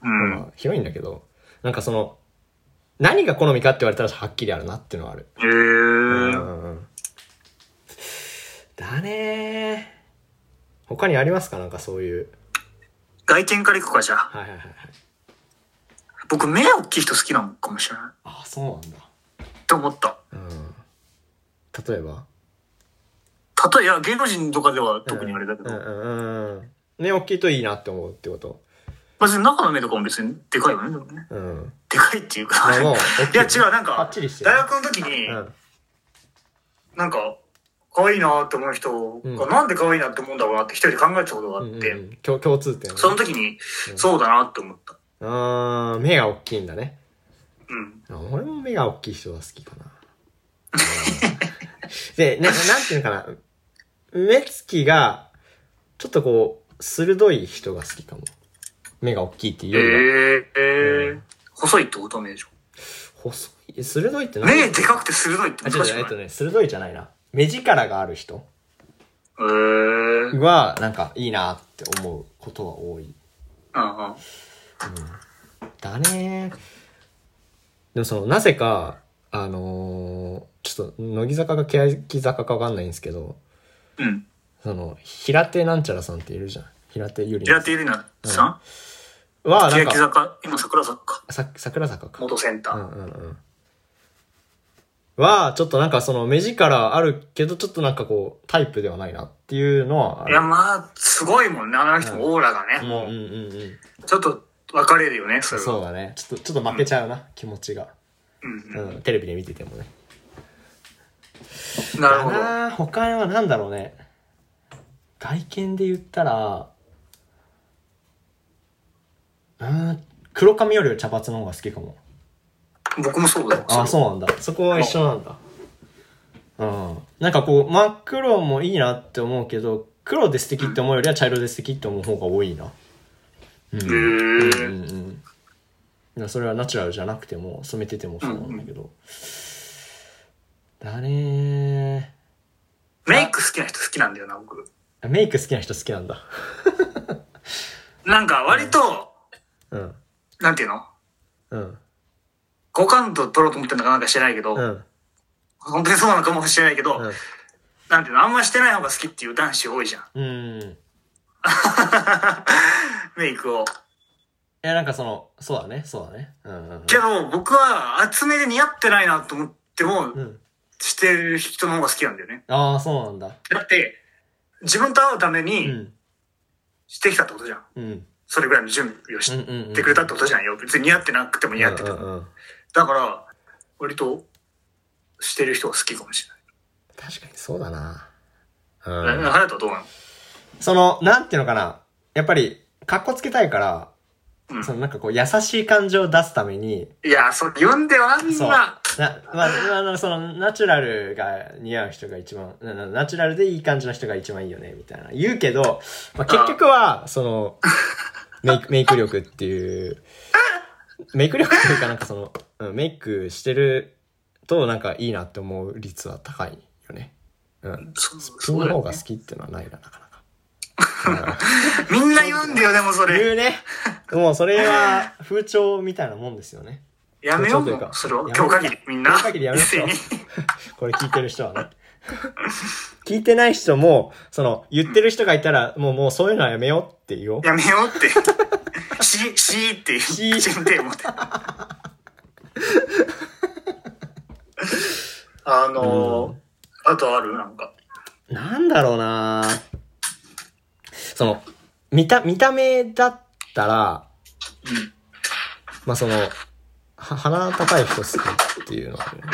C: うん。
B: まあ、広いんだけどなんかその何が好みかって言われたらはっきりあるなっていうのはある
C: えー、
B: だねー他にありますかなんかそういう
C: 外見から行くか、じゃあ。
B: はいはいはいはい
C: 僕、目大きい人好きなのかもしれない。
B: あそうなんだ
C: って思った。
B: うん例えば
C: 例えば、芸能人とかでは特にあれだけど、
B: うんうんうんね大きいといいなって思うってこと
C: 別に中の目とかも別にでかいよね、でもね。
B: うん
C: でかいっていうか、
B: あ
C: い
B: もう大きい
C: や違う、なん
B: はっ
C: か、
B: きりしてる
C: 大学の時に、
B: うん
C: なんか、可愛いなって思う人
B: うん
C: が、なんで可愛いなって思うんだろうなって一人で考えてたことがあ
B: うん
C: っ
B: う
C: て、
B: ん共共通点ね
C: その時に、そうだなって思った。
B: あー目が大きいんだね
C: うん。
B: あ俺も目が大きい人は好きかなうんでななんていうのかな目つきがちょっとこう鋭い人が好きかも目が大きいっていうよ
C: え
B: りは、
C: ー、
B: う
C: えー
B: ん、
C: 細いってことは目でしょ。
B: 細い鋭いって何
C: 目でかくて鋭いって
B: あ、ちょ
C: 難
B: っ
C: し
B: と、
C: く
B: え
C: な
B: っと
C: い
B: ね、鋭いじゃないな。目力がある人
C: えー、
B: は、なんか、いいなって思うことは多い。
C: うんうん。
B: だねでもその、なぜか、あのーちょっと、乃木坂か欅坂かわかんないんですけど、
C: うん。
B: その、平手なんちゃらさんっているじゃん。平手ゆり
C: 平
B: な
C: 手ゆりなさん、
B: は、なん
C: 欅
B: か、
C: 坂、今桜坂か。
B: さ桜坂か。
C: 元センター。
B: うんうんうん。は、ちょっとなんかその、目力あるけど、ちょっとなんかこう、タイプではないなっていうのはあ
C: い
B: る、
C: や、まあ、すごいもんね。あの人もオーラがね、も
B: うんうんう
C: う、
B: んうん。
C: ちょっと分かれるよね、それは。
B: そうだね。ちょっと、ちょっと負けちゃうな、気持ちが。
C: うん
B: うん、テレビで見ててもね。
C: うん。なるほど。
B: なあ他は何だろうね外見で言ったらうーん黒髪よりは茶髪の方が好きかも
C: 僕もそうだよ。
B: あそうなんだそこは一緒なんだうんなんかこう真っ黒もいいなって思うけど黒で素敵って思うよりは茶色で素敵って思う方が多いなうん
C: へえ
B: うんうんいやそれはナチュラルじゃなくても染めててもそうなんだけど、だね
C: メイク好きな人好きなんだよな、僕。
B: ーメイク好きな人好きなんだ
C: なんか割と、
B: うん。
C: なんていうの
B: うん。
C: 好感度取ろうと思ってるのかなんかしてないけど、
B: うん。
C: 本当にそうなのかもしれないけど、
B: うん
C: なんていうのあんましてない方が好きっていう男子多いじゃん。
B: うん。い
C: メイクを。
B: や、なんかその、そうだね、そうだね。うんうんうん。
C: けど、僕は厚めで似合ってないなと思っても
B: う、ん。
C: してる人の方が好きなんだよね。
B: ああ、そうなんだ。
C: だって、自分と会うため
B: う
C: に
B: ん。
C: してきたってことじゃん。
B: うん。
C: それぐらいの準備をし
B: うんうんうん
C: てくれたってことじゃんよ。別に似合ってなくても似合ってた。
B: うんうんうん
C: だから、割と、してる人が好きかもし
B: 確かにそうだな。
C: れない。
B: う。
C: うんん、はとはどうなの
B: その、なんていうのかな。やっぱり、格好つけたいから、
C: うん
B: そのなんかこう、優しい感情を出すために、
C: いや、そう、読んではあん
B: そう。
C: な
B: な。、まあ、あの、その、ナチュラルが似合う人が一番、ななナチュラルでいい感じの人が一番いいよね、みたいな。言うけど、まあ、結局は、その、メイ ク、メイク力っていう、メイク力っていうかなんかその、うんメイクしてるとなんかいいなって思う率は高いよね。うん。
C: そう
B: ピン
C: そう
B: の
C: だ
B: 方
C: よ
B: が
C: ね
B: 好きっていうのはないな、なかなか。
C: みんな読んでよ、でもそ
B: うん
C: れ。
B: 言うね。もうそれは風潮みたいなもんですよね。
C: やめよう
B: ちょっととい
C: も
B: う
C: う、
B: か
C: それを。
B: やめよ
C: 今
B: う
C: 日限り、みんな。
B: 今日限りやめよう
C: 一斉に。
B: これ聞いてる人はね。聞いてない人も、その、言ってる人がいたら、もう、もうそういうのはやめようって言おう。
C: やめようって。 し、しーっていう。
B: し
C: 口に手を持って。あのー、あとあるなんか。
B: なんだろうなその、見た、見た目だったら、まあその、は鼻高い人好きっていうのはあるね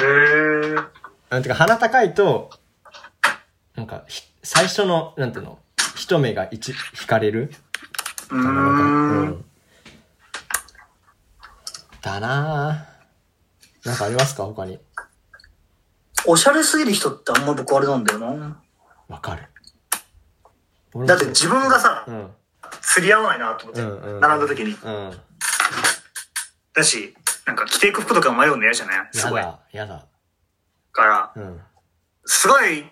C: へえ。
B: なんていうか、鼻高いと、なんかひ、最初の、なんていうの、一目が一、惹かれる
C: う
B: かな
C: ー。
B: うんんだなぁ。なんかありますか他に。
C: おしゃれすぎる人ってあんま僕あれなんだよな。
B: わかる。俺も
C: だって自分がさ
B: う、ん。
C: 釣り合わないなと思って、
B: うんうん
C: 並んだ時に。
B: うん。
C: だし、なんか着ていく服とか迷うの嫌じゃないす
B: や
C: ごい。だ
B: だ、やだ。
C: から、
B: うん。
C: すごい、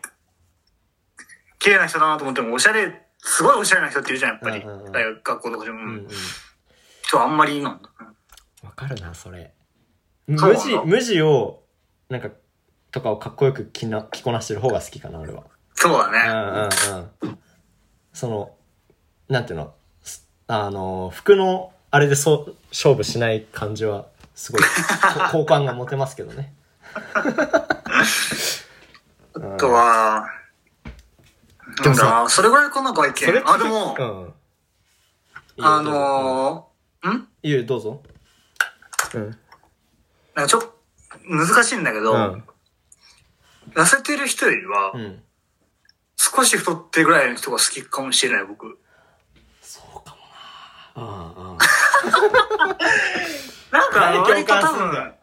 C: 綺麗な人だなと思っても、おしゃれ、すごいおしゃれな人っているじゃん、やっぱり。
B: うんうんうん
C: 大学、学校とかでも。
B: うんうん。
C: 人はあんまりいないんだ。
B: わかるな、それ。
C: そう
B: 無
C: な
B: 地、
C: の
B: 無地を、なんか、とかをかっこよく着な、着こなしてる方が好きかな、俺は。
C: そうだ
B: う
C: ね。
B: んうんうん。その、なんていうの、すあの、服の、あれでそう、勝負しない感じは、す ごい、こ好感が持てますけど ね。
C: あとは、
B: で
C: な
B: も
C: ん
B: さ
C: だろうなそれぐらいこんな外
B: それ
C: 見。あ、でも、
B: うん。いいよ
C: あ、のー、ん
B: いいよ、どうぞ。うん。
C: なんかちょっと、難しいんだけど、
B: うん。
C: 痩せてる人よりは
B: う、ん。
C: 少し太ってるぐらいの人が好きかもしれない、僕。
B: そうかもなうんうん。
C: なんか、
B: 何
C: 割
B: 共感
C: と多
B: すんだよ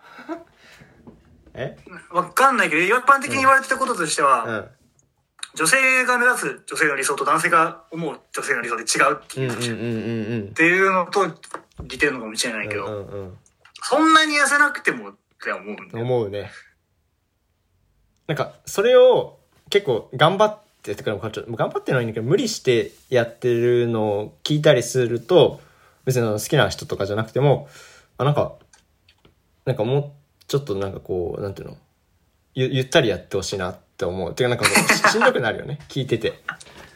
C: 分、
B: え
C: わかんないけど、一般的に言われてることとしては、
B: うん。
C: 女性が目指す女性の理想と男性が思う女性の理想で違うっ
B: うんうんうんうんうん。
C: ていうのと似てるのかもしれないけど、
B: うんうん
C: そんなに痩せなくてもって思うんだよ
B: うん。思うね。なんか、それを結構頑張って、てかちょっと頑張ってないいんだけど、無理してやってるのを聞いたりすると、別にあの好きな人とかじゃなくても、あ、なんか、なんかもうちょっとなんかこう、なんていうのゆゆったりやってほしいなって思う。てかなんかもう ししんどくなるよね、聞いてて。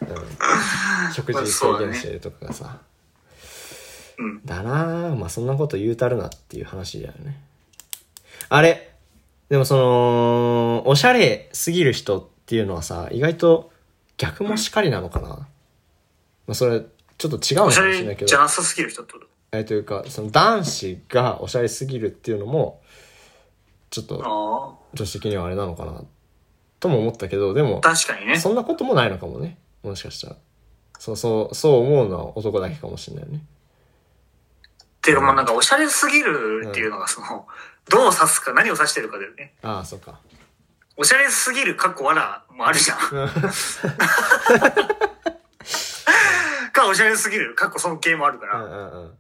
B: うん、食事制限してるとかがさ。
C: うん。
B: だなぁ。まあ、そんなこと言うたるなっていう話だよね。あれ、でもその、おしゃれすぎる人っていうのはさ、意外と逆もしかりなのかな。まあ、それ、ちょっと違うの
C: おし
B: か
C: ゃ
B: もしれない
C: れ
B: け
C: じ
B: ど
C: ゃ。なさすぎる人ってこと
B: えーというか、その男子がおしゃれすぎるっていうのも、ちょっと
C: あ
B: 女子的にはあれなのかなとも思ったけどでも
C: あ。確かにね。
B: そんなこともないのかもねもしかしたらそうそうそう思うのは男だけかもしれないよね
C: っていうかもうなんかおしゃれすぎるっていうのがその、どう指すか、何を指してるかだよね。
B: ああそうか
C: おしゃれすぎるかっこわらもあるじゃん。か、おしゃれすぎるかっこ尊敬もあるか
B: うん
C: ら、
B: うんうん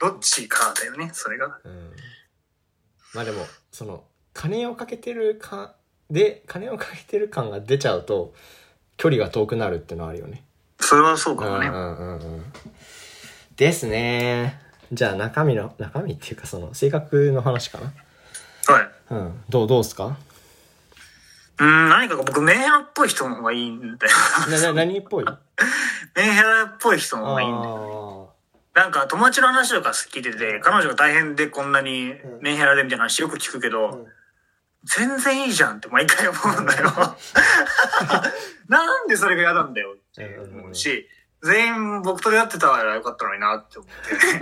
C: どっちかだよね、それが。
B: うんまあでもその金をかけてるかで金をかけてる感が出ちゃうと距離が遠くなるってのはあるよね
C: それはそうか
B: うん
C: も
B: う
C: ね。
B: んうんうんですねじゃあ中身の中身っていうかその性格の話か
C: はい。
B: なうんどうどうっすか
C: うん、何か僕、メンヘラっぽい人の方がいいんだよ。
B: なな何っぽい
C: メンヘラっぽい人の方がいいんだよ。
B: あ
C: なんか友達の話とか聞いてて、彼女が大変でこんなにメンヘラでみたいな話よく聞くけど、全然いいじゃんって毎回思う んだよ。なんでそれが嫌なんだよって思うし、全員僕と出会ってたらよかったのになって思っ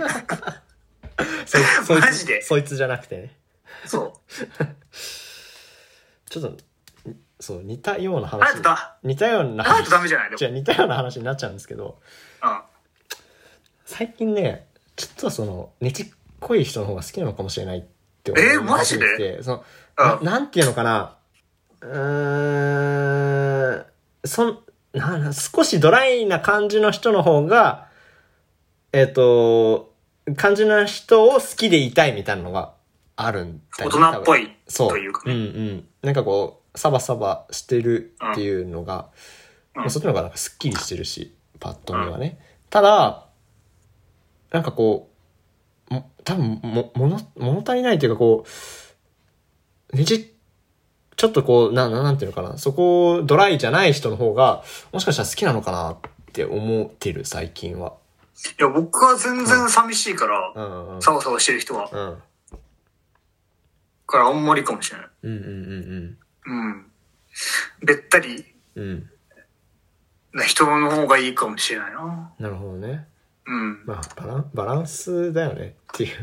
C: て。
B: ー そいつそいつ
C: マジで
B: そいつじゃなくてね
C: そう。
B: ちょっとんそう似たような
C: あ
B: 話
C: えてだ、
B: 似たような
C: あえ
B: 話
C: てダメじゃないで
B: じゃ
C: も。
B: あ似たような話になっちゃうんですけど
C: うん。
B: 最近ねちょっとそのねちっこい人の方が好きなのかもしれないって
C: えー
B: 思い
C: マジで
B: 始めてその
C: あ
B: ななんていうのかなうーんそんなな少しドライな感じの人の方がえっ、と感じの人を好きでいたいみたいなのがあるんだ
C: 大
B: よね
C: 人っぽい
B: そう。
C: という
B: ん
C: かね。
B: うん。なんかこう、サバサバしてるっていうのが、
C: うん
B: まあそっちの方がなんかスッキリしてるし、パッと見はね。ただ、なんかこう、も多分も、もの、物足りないというかこう、ねじ、ちょっとこう、な、ななんていうのかな、そこ、ドライじゃない人の方が、もしかしたら好きなのかなって思ってる、最近は。
C: いや、僕は全然寂しいから、
B: うんうんうん。
C: サワサワしてる人は、
B: うん。
C: からあんまりかもしれない。
B: うんうん
C: うん。べったり
B: うんうん。うん。
C: な人の方がいいかもしれないな。
B: なるほどね。
C: うん。
B: まあ、バラン、バランスだよねっていう。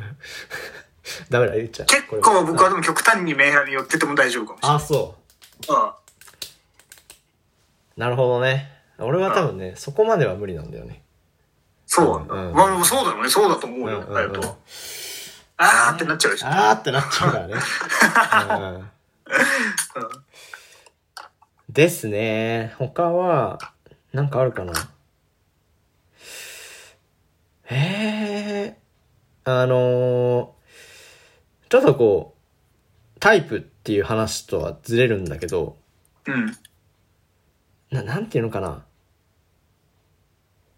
B: ダメだ、言っちゃう。
C: 結
B: これ
C: 構僕はでも極端にメンヘラに寄ってても大丈夫かもしれない。
B: あ、そ
C: あ
B: う。なるほどね。俺は多分ね、そこまでは無理なんだよね。
C: そうなんだ。
B: うん
C: まあもうそうだろうね。そうだと思うよ。
B: うんうんうん
C: だよと。あーってなっちゃうでしょ。
B: あーってなっちゃうからね。うんですね。他は、なんかあるかな。ええあのーちょっとこう、タイプっていう話とはずれるんだけど、
C: うん。
B: な、なんていうのかな。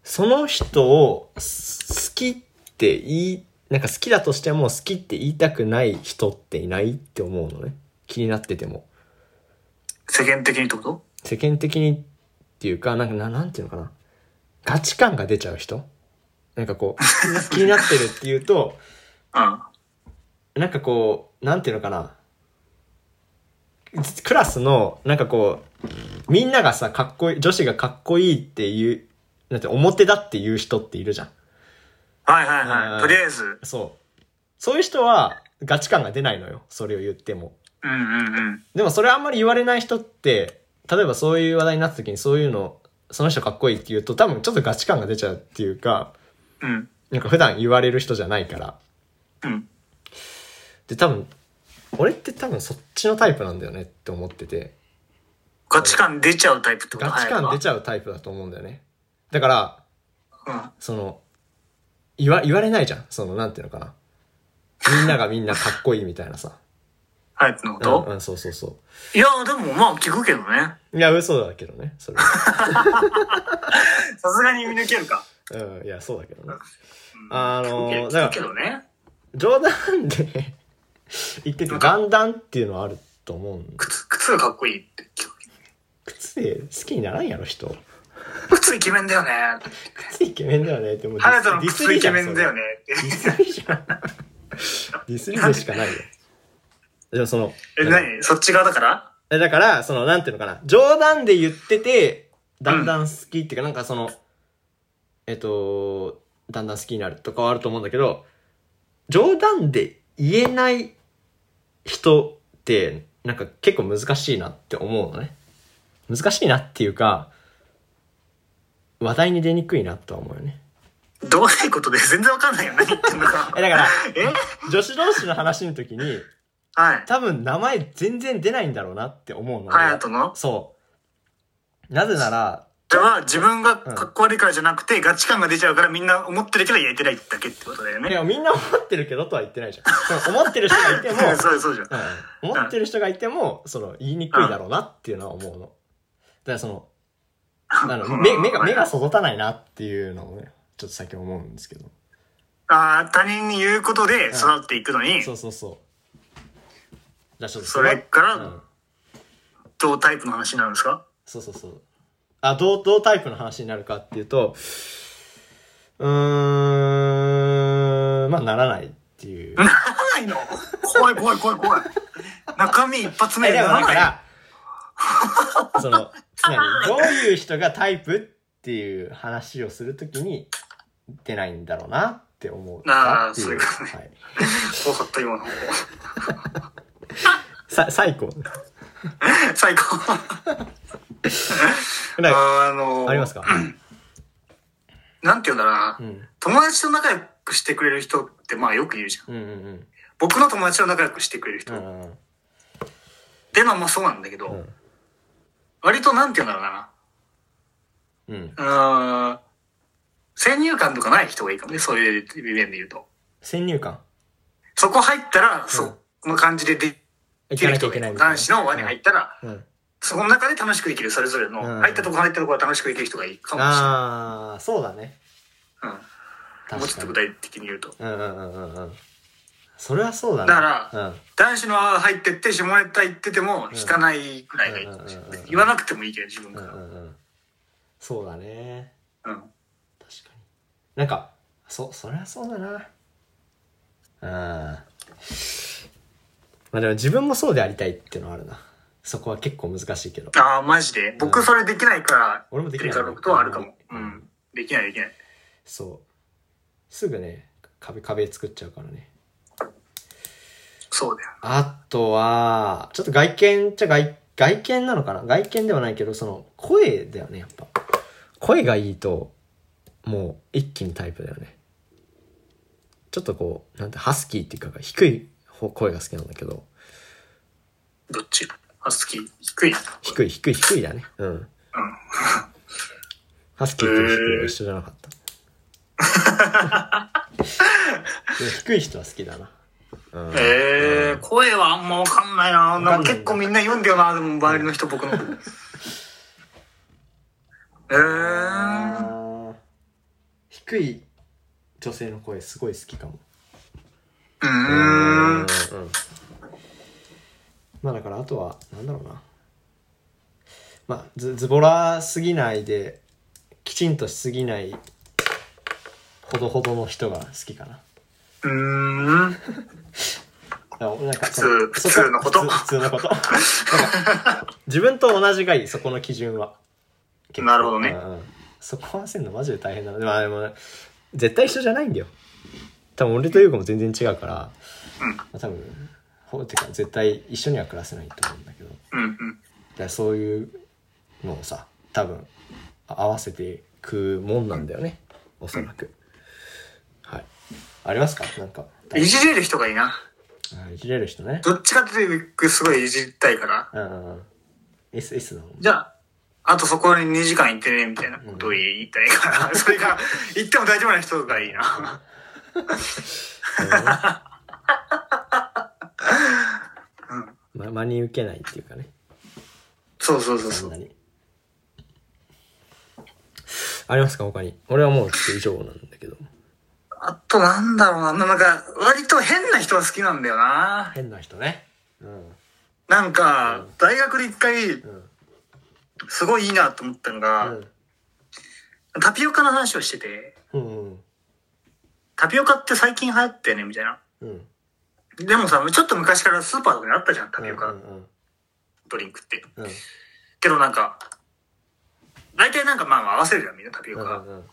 B: その人をす好きって言い、なんか好きだとしても好きって言いたくない人っていないって思うのね。気になってても。
C: 世間的にってこと
B: 世間的にっていうか、なんかな、なんていうのかな。ガチ感が出ちゃう人なんかこう、気になってるっていうと、
C: うん。
B: なんかこう、なんていうのかな。クラスの、なんかこう、みんながさ、かっこいい、女子がかっこいいっていう、なんて、表だっていう人っているじゃん。
C: はいはい
B: うん
C: はい。とりあえず。
B: そう。そういう人は、ガチ感が出ないのよ。それを言っても。
C: うんうんうん。
B: でもそれあんまり言われない人って、例えばそういう話題になった時にそういうの、その人かっこいいって言うと、多分ちょっとガチ感が出ちゃうっていうか、
C: うん。
B: なんか普段言われる人じゃないから。
C: うん。
B: で、多分、俺って多分そっちのタイプなんだよねって思ってて。
C: ガチ感出ちゃうタイプってこと
B: ガチ感出
C: ち
B: ちゃうタイプだと思うんだよね。だから、
C: ゃ
B: その、言わ、言われないじゃん。その、なんていうのかな。みんながみんなかっこいいみたいなさ。
C: うん。はいってのこ
B: うん、
C: と
B: うん、そうそうそ
C: いや、でもまあ聞くけどね。
B: う。いや、嘘だけどね。それは。
C: さすがに見抜けるか。
B: うん、いや、そうだけどね。あの
C: 聞
B: ー、
C: く
B: だ
C: け
B: から、
C: どね。
B: 冗談で 言ってて、だんだんっていうのはあると思うん。
C: 靴、靴がかっこいいって聞く。
B: 靴で好きにならんやろ、人。
C: 靴イケメンだよね。
B: 靴イケメンだよね。でもデ
C: ハ
B: ィ
C: ヤ
B: ス、
C: トの
B: ディス
C: 靴
B: り
C: イ
B: じ
C: ケ
B: ゃん
C: メンだよね。って
B: ディスりじゃん。ディスりでしかないよ。でもその、
C: え、何そっち側だから
B: えだから、その、なんていうのかな、冗談で言ってて、だんだん好きっていうか、なんかその、えっと、だんだん好きになるとかはあると思うんだけど、冗談で言えない人って、なんか結構難しいなって思うのね。難しいなっていうか、話題に出にくいなとは思うよね。
C: どういうことで全然わかんないよ。何言ってんのか。
B: え、だから、
C: え
B: 女子同士の話の時に、
C: はい。
B: 多分名前全然出ないんだろうなって思うの。
C: ハヤトの
B: そう。なぜなら、
C: じゃあ自分がかっこ悪いからじゃなくて、ガチ感が出ちゃうからみんな思ってるけど言えてないだけってことだよ
B: い
C: ね。
B: や、みんな思ってるけどとは言ってないじゃん。その思ってる人がいても、
C: そうそうじゃん。
B: うん、思ってる人がいても、その、言いにくいだろうなっていうのは思うの。だからその、あの、目、目が、目が育たないなっていうのをね、ちょっと先思うんですけど。
C: ああ、他人に言うことで育っていくのに、
B: そうそうそう。じゃあちょっと
C: それから
B: うん
C: どうタイプの話になるんですか
B: そうそうそう。あ、どう、どうタイプの話になるかっていうと、うーん、まあ、ならないっていう。
C: ならないの怖い怖い怖い怖い。中身一発目
B: え、
C: で
B: でも
C: な
B: だ
C: ら
B: か
C: ない。
B: ら、 その、 何どういう人がタイプっていう話をするときに出ないんだろうなって思うなってい
C: あーそう
B: う。
C: いうことね
B: はい。
C: 怖かった今の。
B: さ、最高。
C: 最高。
B: なんか
C: あの、
B: ありますか
C: なんて言うんだろうな
B: う。ん。
C: 友達と仲良くしてくれる人ってまあよく言うじゃん。
B: うんうん
C: 僕の友達と仲良くしてくれる
B: う
C: 人。
B: ん。うんうん
C: で、まあまあそうなんだけど、
B: ん
C: 割となんて言うんだろ
B: う
C: うな。
B: ん。うん。
C: うーん先入観とかない人がいいかもね、そういう面で言うと。
B: 先入観。
C: そこ入ったら、その感じでで
B: い
C: き
B: か
C: る
B: なきゃ
C: 人
B: い
C: が
B: け
C: い
B: ない
C: る
B: みたいな。
C: 男子の輪に入ったら、
B: うん。うん。
C: そこの中で楽しく生きる、それぞれの、
B: うん
C: 入ったとこ入ったとこは楽しく生きる人がいいかもし
B: ああ、そうだね。
C: れない。うん、もうち
B: 確
C: ょ
B: か
C: っと
B: に
C: 具。体的に言うと。
B: うんうんうんうんうん。それはそうだね。
C: だから
B: うん。
C: 男子の輪入ってって、下ネタ行ってても、引かないくらいがいいかもしれ
B: うんうん
C: な
B: うん
C: い
B: うん。
C: 言わなくてもいいけど、自分
B: う
C: か
B: んう
C: ら。
B: んうん。そうだね。
C: うん。
B: 確かになんかそそりゃそうだなうんまあでも自分もそうでありたいっていうのはあるなそこは結構難しいけど
C: ああ、マジで僕それできないから、
B: 俺もできない
C: ってことはあるかも。うん。できない、できない。
B: そうすぐね壁壁作っちゃうからね
C: そうだよ。
B: あとはちょっと外見じゃ外外見なのかな外見ではないけどその声だよねやっぱ声がいいともう一気にタイプだよねちょっとこうなんてハスキーっていうか低い方声が好きなんだけど
C: どっちハスキー低い。
B: 低い低い低いだねうんハスキーと低いは一緒じゃなかったでも低い人は好きだなうん
C: ええー、声はあんまわかんないな。
B: か
C: なんん
B: な
C: か
B: い
C: 結構みんな言うんだよな、でも周りの人、 僕の。ええー、
B: あー低い女性の声すごい好きかもう
C: うーん。
B: うんまあだからあとはなんだろうなまあズズボラすぎないできちんとしすぎないほどほどの人が好きかな
C: うーん。
B: だからなんかそ
C: 普通普通のこと
B: 普通普通のことなんか自分と同じがいいそこの基準は結構
C: なるほどね
B: うんうんそこ合わせるのマジで大変だなでもあでもね絶対一緒じゃないんだよ多分俺と優子も全然違うから、
C: うん
B: まあ、多分ほってか絶対一緒には暮らせないと思うんだけどだか
C: うんうん。
B: らそういうのをさ多分合わせてくもんなんだよねおそらく、はいありますかなんか
C: いじれる人がいいな。
B: うんいじれる人ね
C: どっちかっていうと、すごいいじりたいから。
B: うんうんうん S, S なの
C: じゃあ、あとそこに2時間行ってね、みたいなことを言いたいから。それが、行っても大丈夫な人がい いな。
B: ま、真に受けないっていうかね
C: そうそうそうそ
B: そん
C: う
B: な。にありますか他に俺はもうちょっと以上なんだけど
C: あとなんだろうな。なんか、割と変な人が好きなんだよな。
B: 変な人ねうん
C: なんか、大学で一回、
B: ん
C: すごいいいなと思ったのが、タピオカの話をしてて、
B: うんうん
C: タピオカって最近流行ったよね、みたいな。
B: うん
C: でもさ、ちょっと昔からスーパーとかにあったじゃん、タ
B: うん
C: ピ
B: う
C: オ
B: ん
C: カ
B: うん
C: ドリンクって。
B: うん
C: けどなんか、大体なんかまあ合わせるじゃん、みんなタピオ
B: う
C: カ。
B: んうん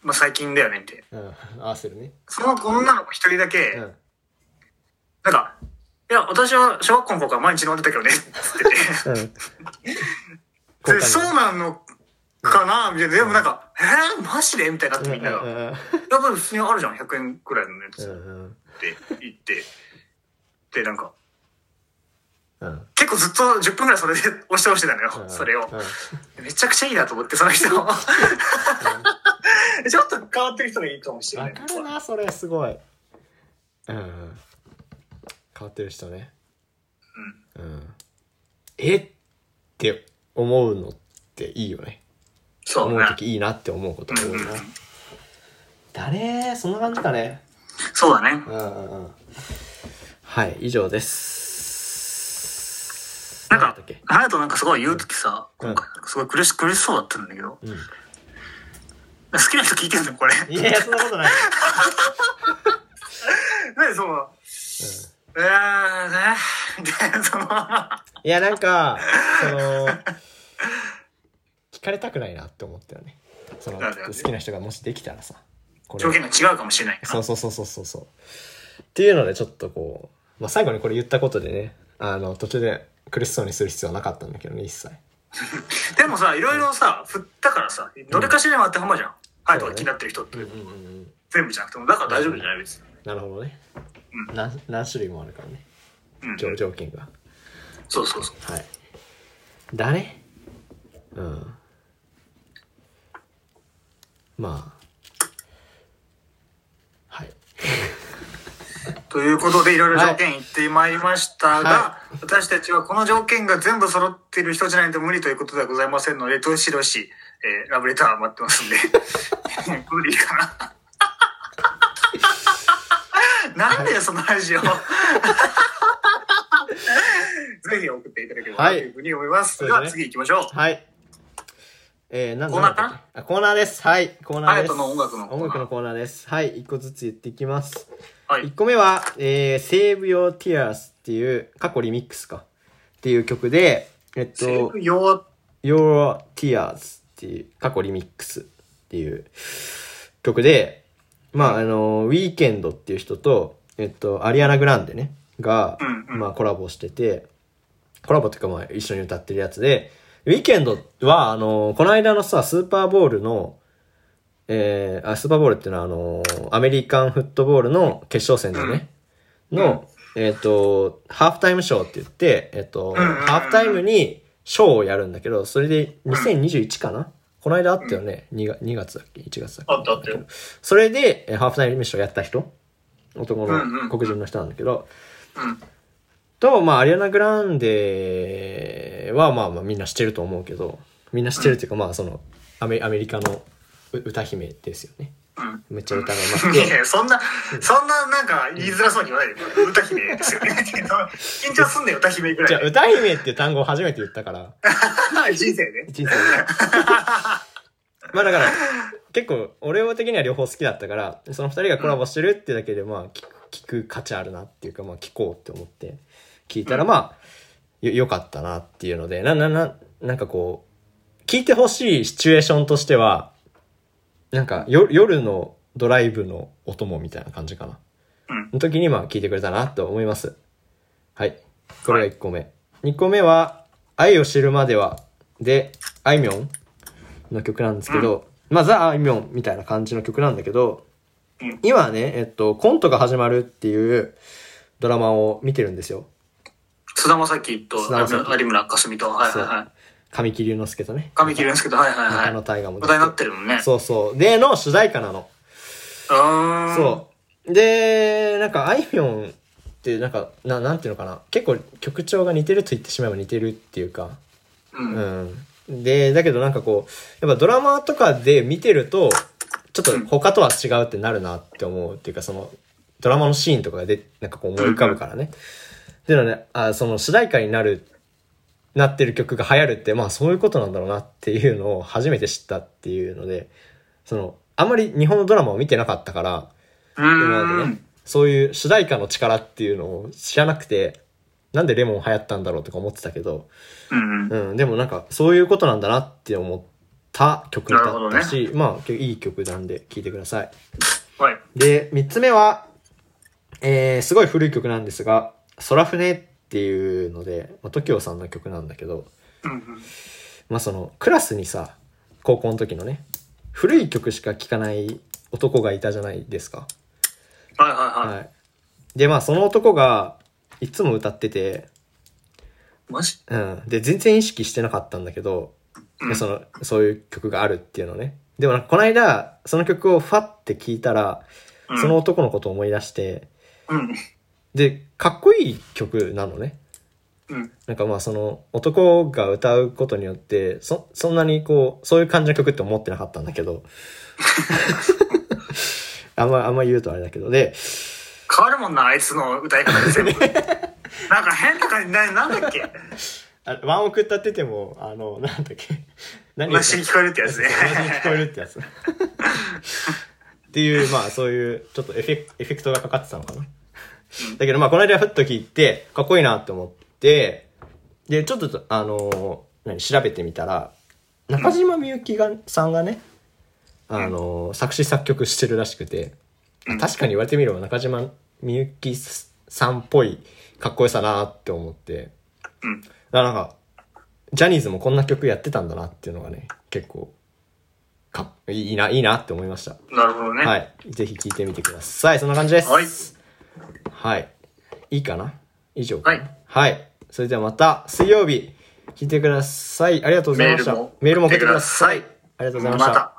C: まあ最近だよね、みたいな。
B: うん合わせるね
C: その女の子一人だけ、
B: うん
C: なんか、いや、私は小学校の頃から毎日飲んでたけどね、つってて。
B: うん。交
C: で、
B: 換
C: そうなのかなみたいな。でもなんか、えー、マジでみたいになってみんなが。
B: う
C: やっ
B: ん
C: ぱり普通にあるじゃん、100円くらいのやつ
B: う
C: っ
B: んうん
C: て言って。で、なんか、
B: うん。
C: 結構ずっと10分くらいそれで 押し倒してたの
B: う
C: よ、
B: ん
C: それを
B: う。ん
C: めちゃくちゃいいなと思って、その人。ち ょっと変わってる人がいいかもしれな
B: わ
C: い。
B: かるなそれすごいうんうん変わってる人ねうん、えって思うのっていいよね
C: そう
B: 思う
C: ね。
B: 時いいなって思うこと多いな
C: うんうん
B: 誰そんな感じかね
C: そうだね
B: う。んうんうんはい以上です
C: なん
B: 何
C: か
B: だっけ、
C: ハヤトなんかすごい言うときさ、
B: うん
C: 今回なんかすごい苦し苦しそうだったんだけど、
B: うん、
C: 好きな人聞いてんのこれ。
B: いやいやそんなこと ない、
C: ねその、
B: うん
C: えー、ね、みたいな、その、
B: いや、なんか、その、聞かれたくないなって思ったよね。その、
C: なんでなん
B: 好
C: で
B: きな人がもしできたらさ、これ
C: 条、件が違うかもしれない。
B: そうそうそうそうそうそう。っていうので、ちょっとこう、まあ、最後にこれ言ったことでね、あの、途中で苦しそうにする必要はなかったんだけどね、一切。
C: でもさ、いろいろさ、振ったからさ、どれかしらに当てはまるじゃん。ハヤトが気になってる人って、
B: うんうんうん。
C: 全部じゃなくても、だから大丈夫じゃない別に。
B: なるほどね。何何種類もあるからね、
C: うん。
B: 条条件が。
C: そうそうそう。
B: はい。誰うん。まあ。はい。
C: ということで、いろいろ条件言ってまいりましたが、
B: は
C: 私たちはこの条件が全部揃っている人じゃないと無理ということではございませんので、どしどし、えーラブレター待ってますんで、 無理かな。 なんでよそのラジオ。ぜひ送っていただければなというふうに思います。
B: はい
C: で
B: そう
C: は
B: です
C: 次行きましょう。
B: はい。えー、なん
C: コーナーかな
B: なんだっけあコーナーです。はい。コーナー
C: 隼
B: です。
C: 人の音楽のコーナー
B: 音楽のコーナーです。はい。一個ずつ言っていきます。
C: は
B: 一
C: い。
B: 個目は、えー、Save Your Tears っていう、過去リミックスか。っていう曲で、えっ
C: セー
B: と
C: フ、用
B: Your Tears っていう、過去リミックスっていう曲で、まあ、あの、ウィーケンドっていう人と、えっと、アリアナ・グランデね、が、
C: うんうん
B: まあ、コラボしてて、コラボというか、まあ、一緒に歌ってるやつで、ウィーケンドは、あの、この間のさ、スーパーボールの、えー、あ、スーパーボールっていうのは、あの、アメリカンフットボールの決勝戦だよね。の、えっ、と、ハーフタイムショーって言って、えっ、と、
C: んうんうん
B: ハーフタイムにショーをやるんだけど、それで2021かなこの間あったよね。2, が2月だっけ ?1 月だっけ
C: あったあったよ。
B: それで、えーハーフタイムショーやった人男
C: うんう
B: の
C: ん
B: 黒人の人なんだけど、
C: うん。
B: と、まあ、アリアナ・グランデは、まあまあ、みんな知ってると思うけど、みんな知ってるっていうか、まあ、その、アメアメリカのう歌姫ですよね。
C: うん
B: めっちゃ歌がうまく
C: いやい
B: て。
C: や、そんな、そんななんか言いづらそうに言わないで、歌姫ですよね。 緊張すんだよ、歌姫ぐ
B: じゃ
C: ら
B: あ、
C: い。
B: 歌姫っていう単語を初めて言ったから。
C: 人生ね。
B: 人生でまあだから結構俺は的には両方好きだったからその2人がコラボしてるってだけでまあ聞く聞く価値あるなっていうかまあ聞こうって思って聞いたらまあよよかったなっていうのでななななんかこう聞いてほしいシチュエーションとしてはなんかよ夜のドライブのお供みたいな感じかな、
C: うん
B: の時にまあ聞いてくれたなと思いますはい。これが1個目。2個目は、愛を知るまでは、で、あいみょんの曲なんですけど、まあ、ザ・あいみょんみたいな感じの曲なんだけど、
C: うん
B: 今ね、えっと、コントが始まるっていうドラマを見てるんですよ。
C: 菅田将暉と
B: 菅田将暉
C: 有村架純と、はいはいはい。
B: 神木隆之介とね。
C: 髪切るんですけど、はいはいはい。
B: 中野大河も出て
C: 話題になってるもんね。う。
B: そうそう。で、の主題歌なの。
C: ーん。
B: そう。で、なんか、あいみょんって、なんか、ななんていうのかな。結構曲調が似てると言ってしまえば似てるっていうか、
C: う。うん。
B: うん。で、だけどなんかこう、やっぱドラマとかで見てると、ちょっと他とは違うってなるなって思うっていうか、その、ドラマのシーンとかで、なんかこう思い浮かぶからね。でのね、あその主題歌になる、なってる曲が流行るって、まあそういうことなんだろうなっていうのを初めて知ったっていうので、その、あんまり日本のドラマを見てなかったから、
C: う
B: 今ま
C: ー
B: でね
C: ん。、
B: そういう主題歌の力っていうのを知らなくて、なんでレモン流行ったんだろうとか思ってたけど、
C: うん。
B: うん、でもなんかそういうことなんだなって思った曲だ
C: なるほ
B: っ
C: どね
B: たし、まあいい曲なんで聴いてください。
C: はい。
B: で、3つ目は、えー、すごい古い曲なんですが、空船っていうので、まあ、TOKIO さんの曲なんだけど、
C: うんうん。
B: まあそのクラスにさ高校の時のね古い曲しか聴かない男がいたじゃないですか。
C: はいはいは
B: はい、でまあその男がいつも歌ってて、
C: い。マジ
B: うん、で全然意識してなかったんだけど、
C: うん
B: そのそういう曲があるっていうのね。でもなんかこの間その曲をファって聴いたら、
C: うん
B: その男のことを思い出して
C: うん。
B: でかっこいい曲なのね。
C: うん。
B: なんかまあその男が歌うことによってそそんなにこうそういう感じの曲って思ってなかったんだけ どあんまあんま言うとあれだけどで
C: 変わるもんな、あいつの歌い方で 全部。なんか変な感じ、ななんだっけ
B: あワンオク歌っててもあのなんだっ け何
C: 同じに聞こえるってやつね。
B: 同じに聞こえるってやつっていうまあそういうちょっとエフェクエフェクトがかかってたのかなだけどまあこの間ふっと聞いてかっこいいなって思ってでちょっとあの何調べてみたら中島みゆきがさんがねあの作詞作曲してるらしくて
C: ん
B: 確かに言われてみれば中島みゆきさんっぽいかっこよさなって思って
C: うん。
B: だからなんか、ジャニーズもこんな曲やってたんだなっていうのがね、結構、かいいな、いいなって思いました。
C: なるほどね。
B: は
C: はい。
B: い。ぜひ聴いてみてください。そんな感じです。
C: はい。
B: はい。いいかな以上かな
C: はい。
B: はい。それではまた、水曜日、聴いてください。ありがとうございました。
C: メールも
B: メールも送ってください。
C: 送ってくだ
B: ありがとうございました。
C: また。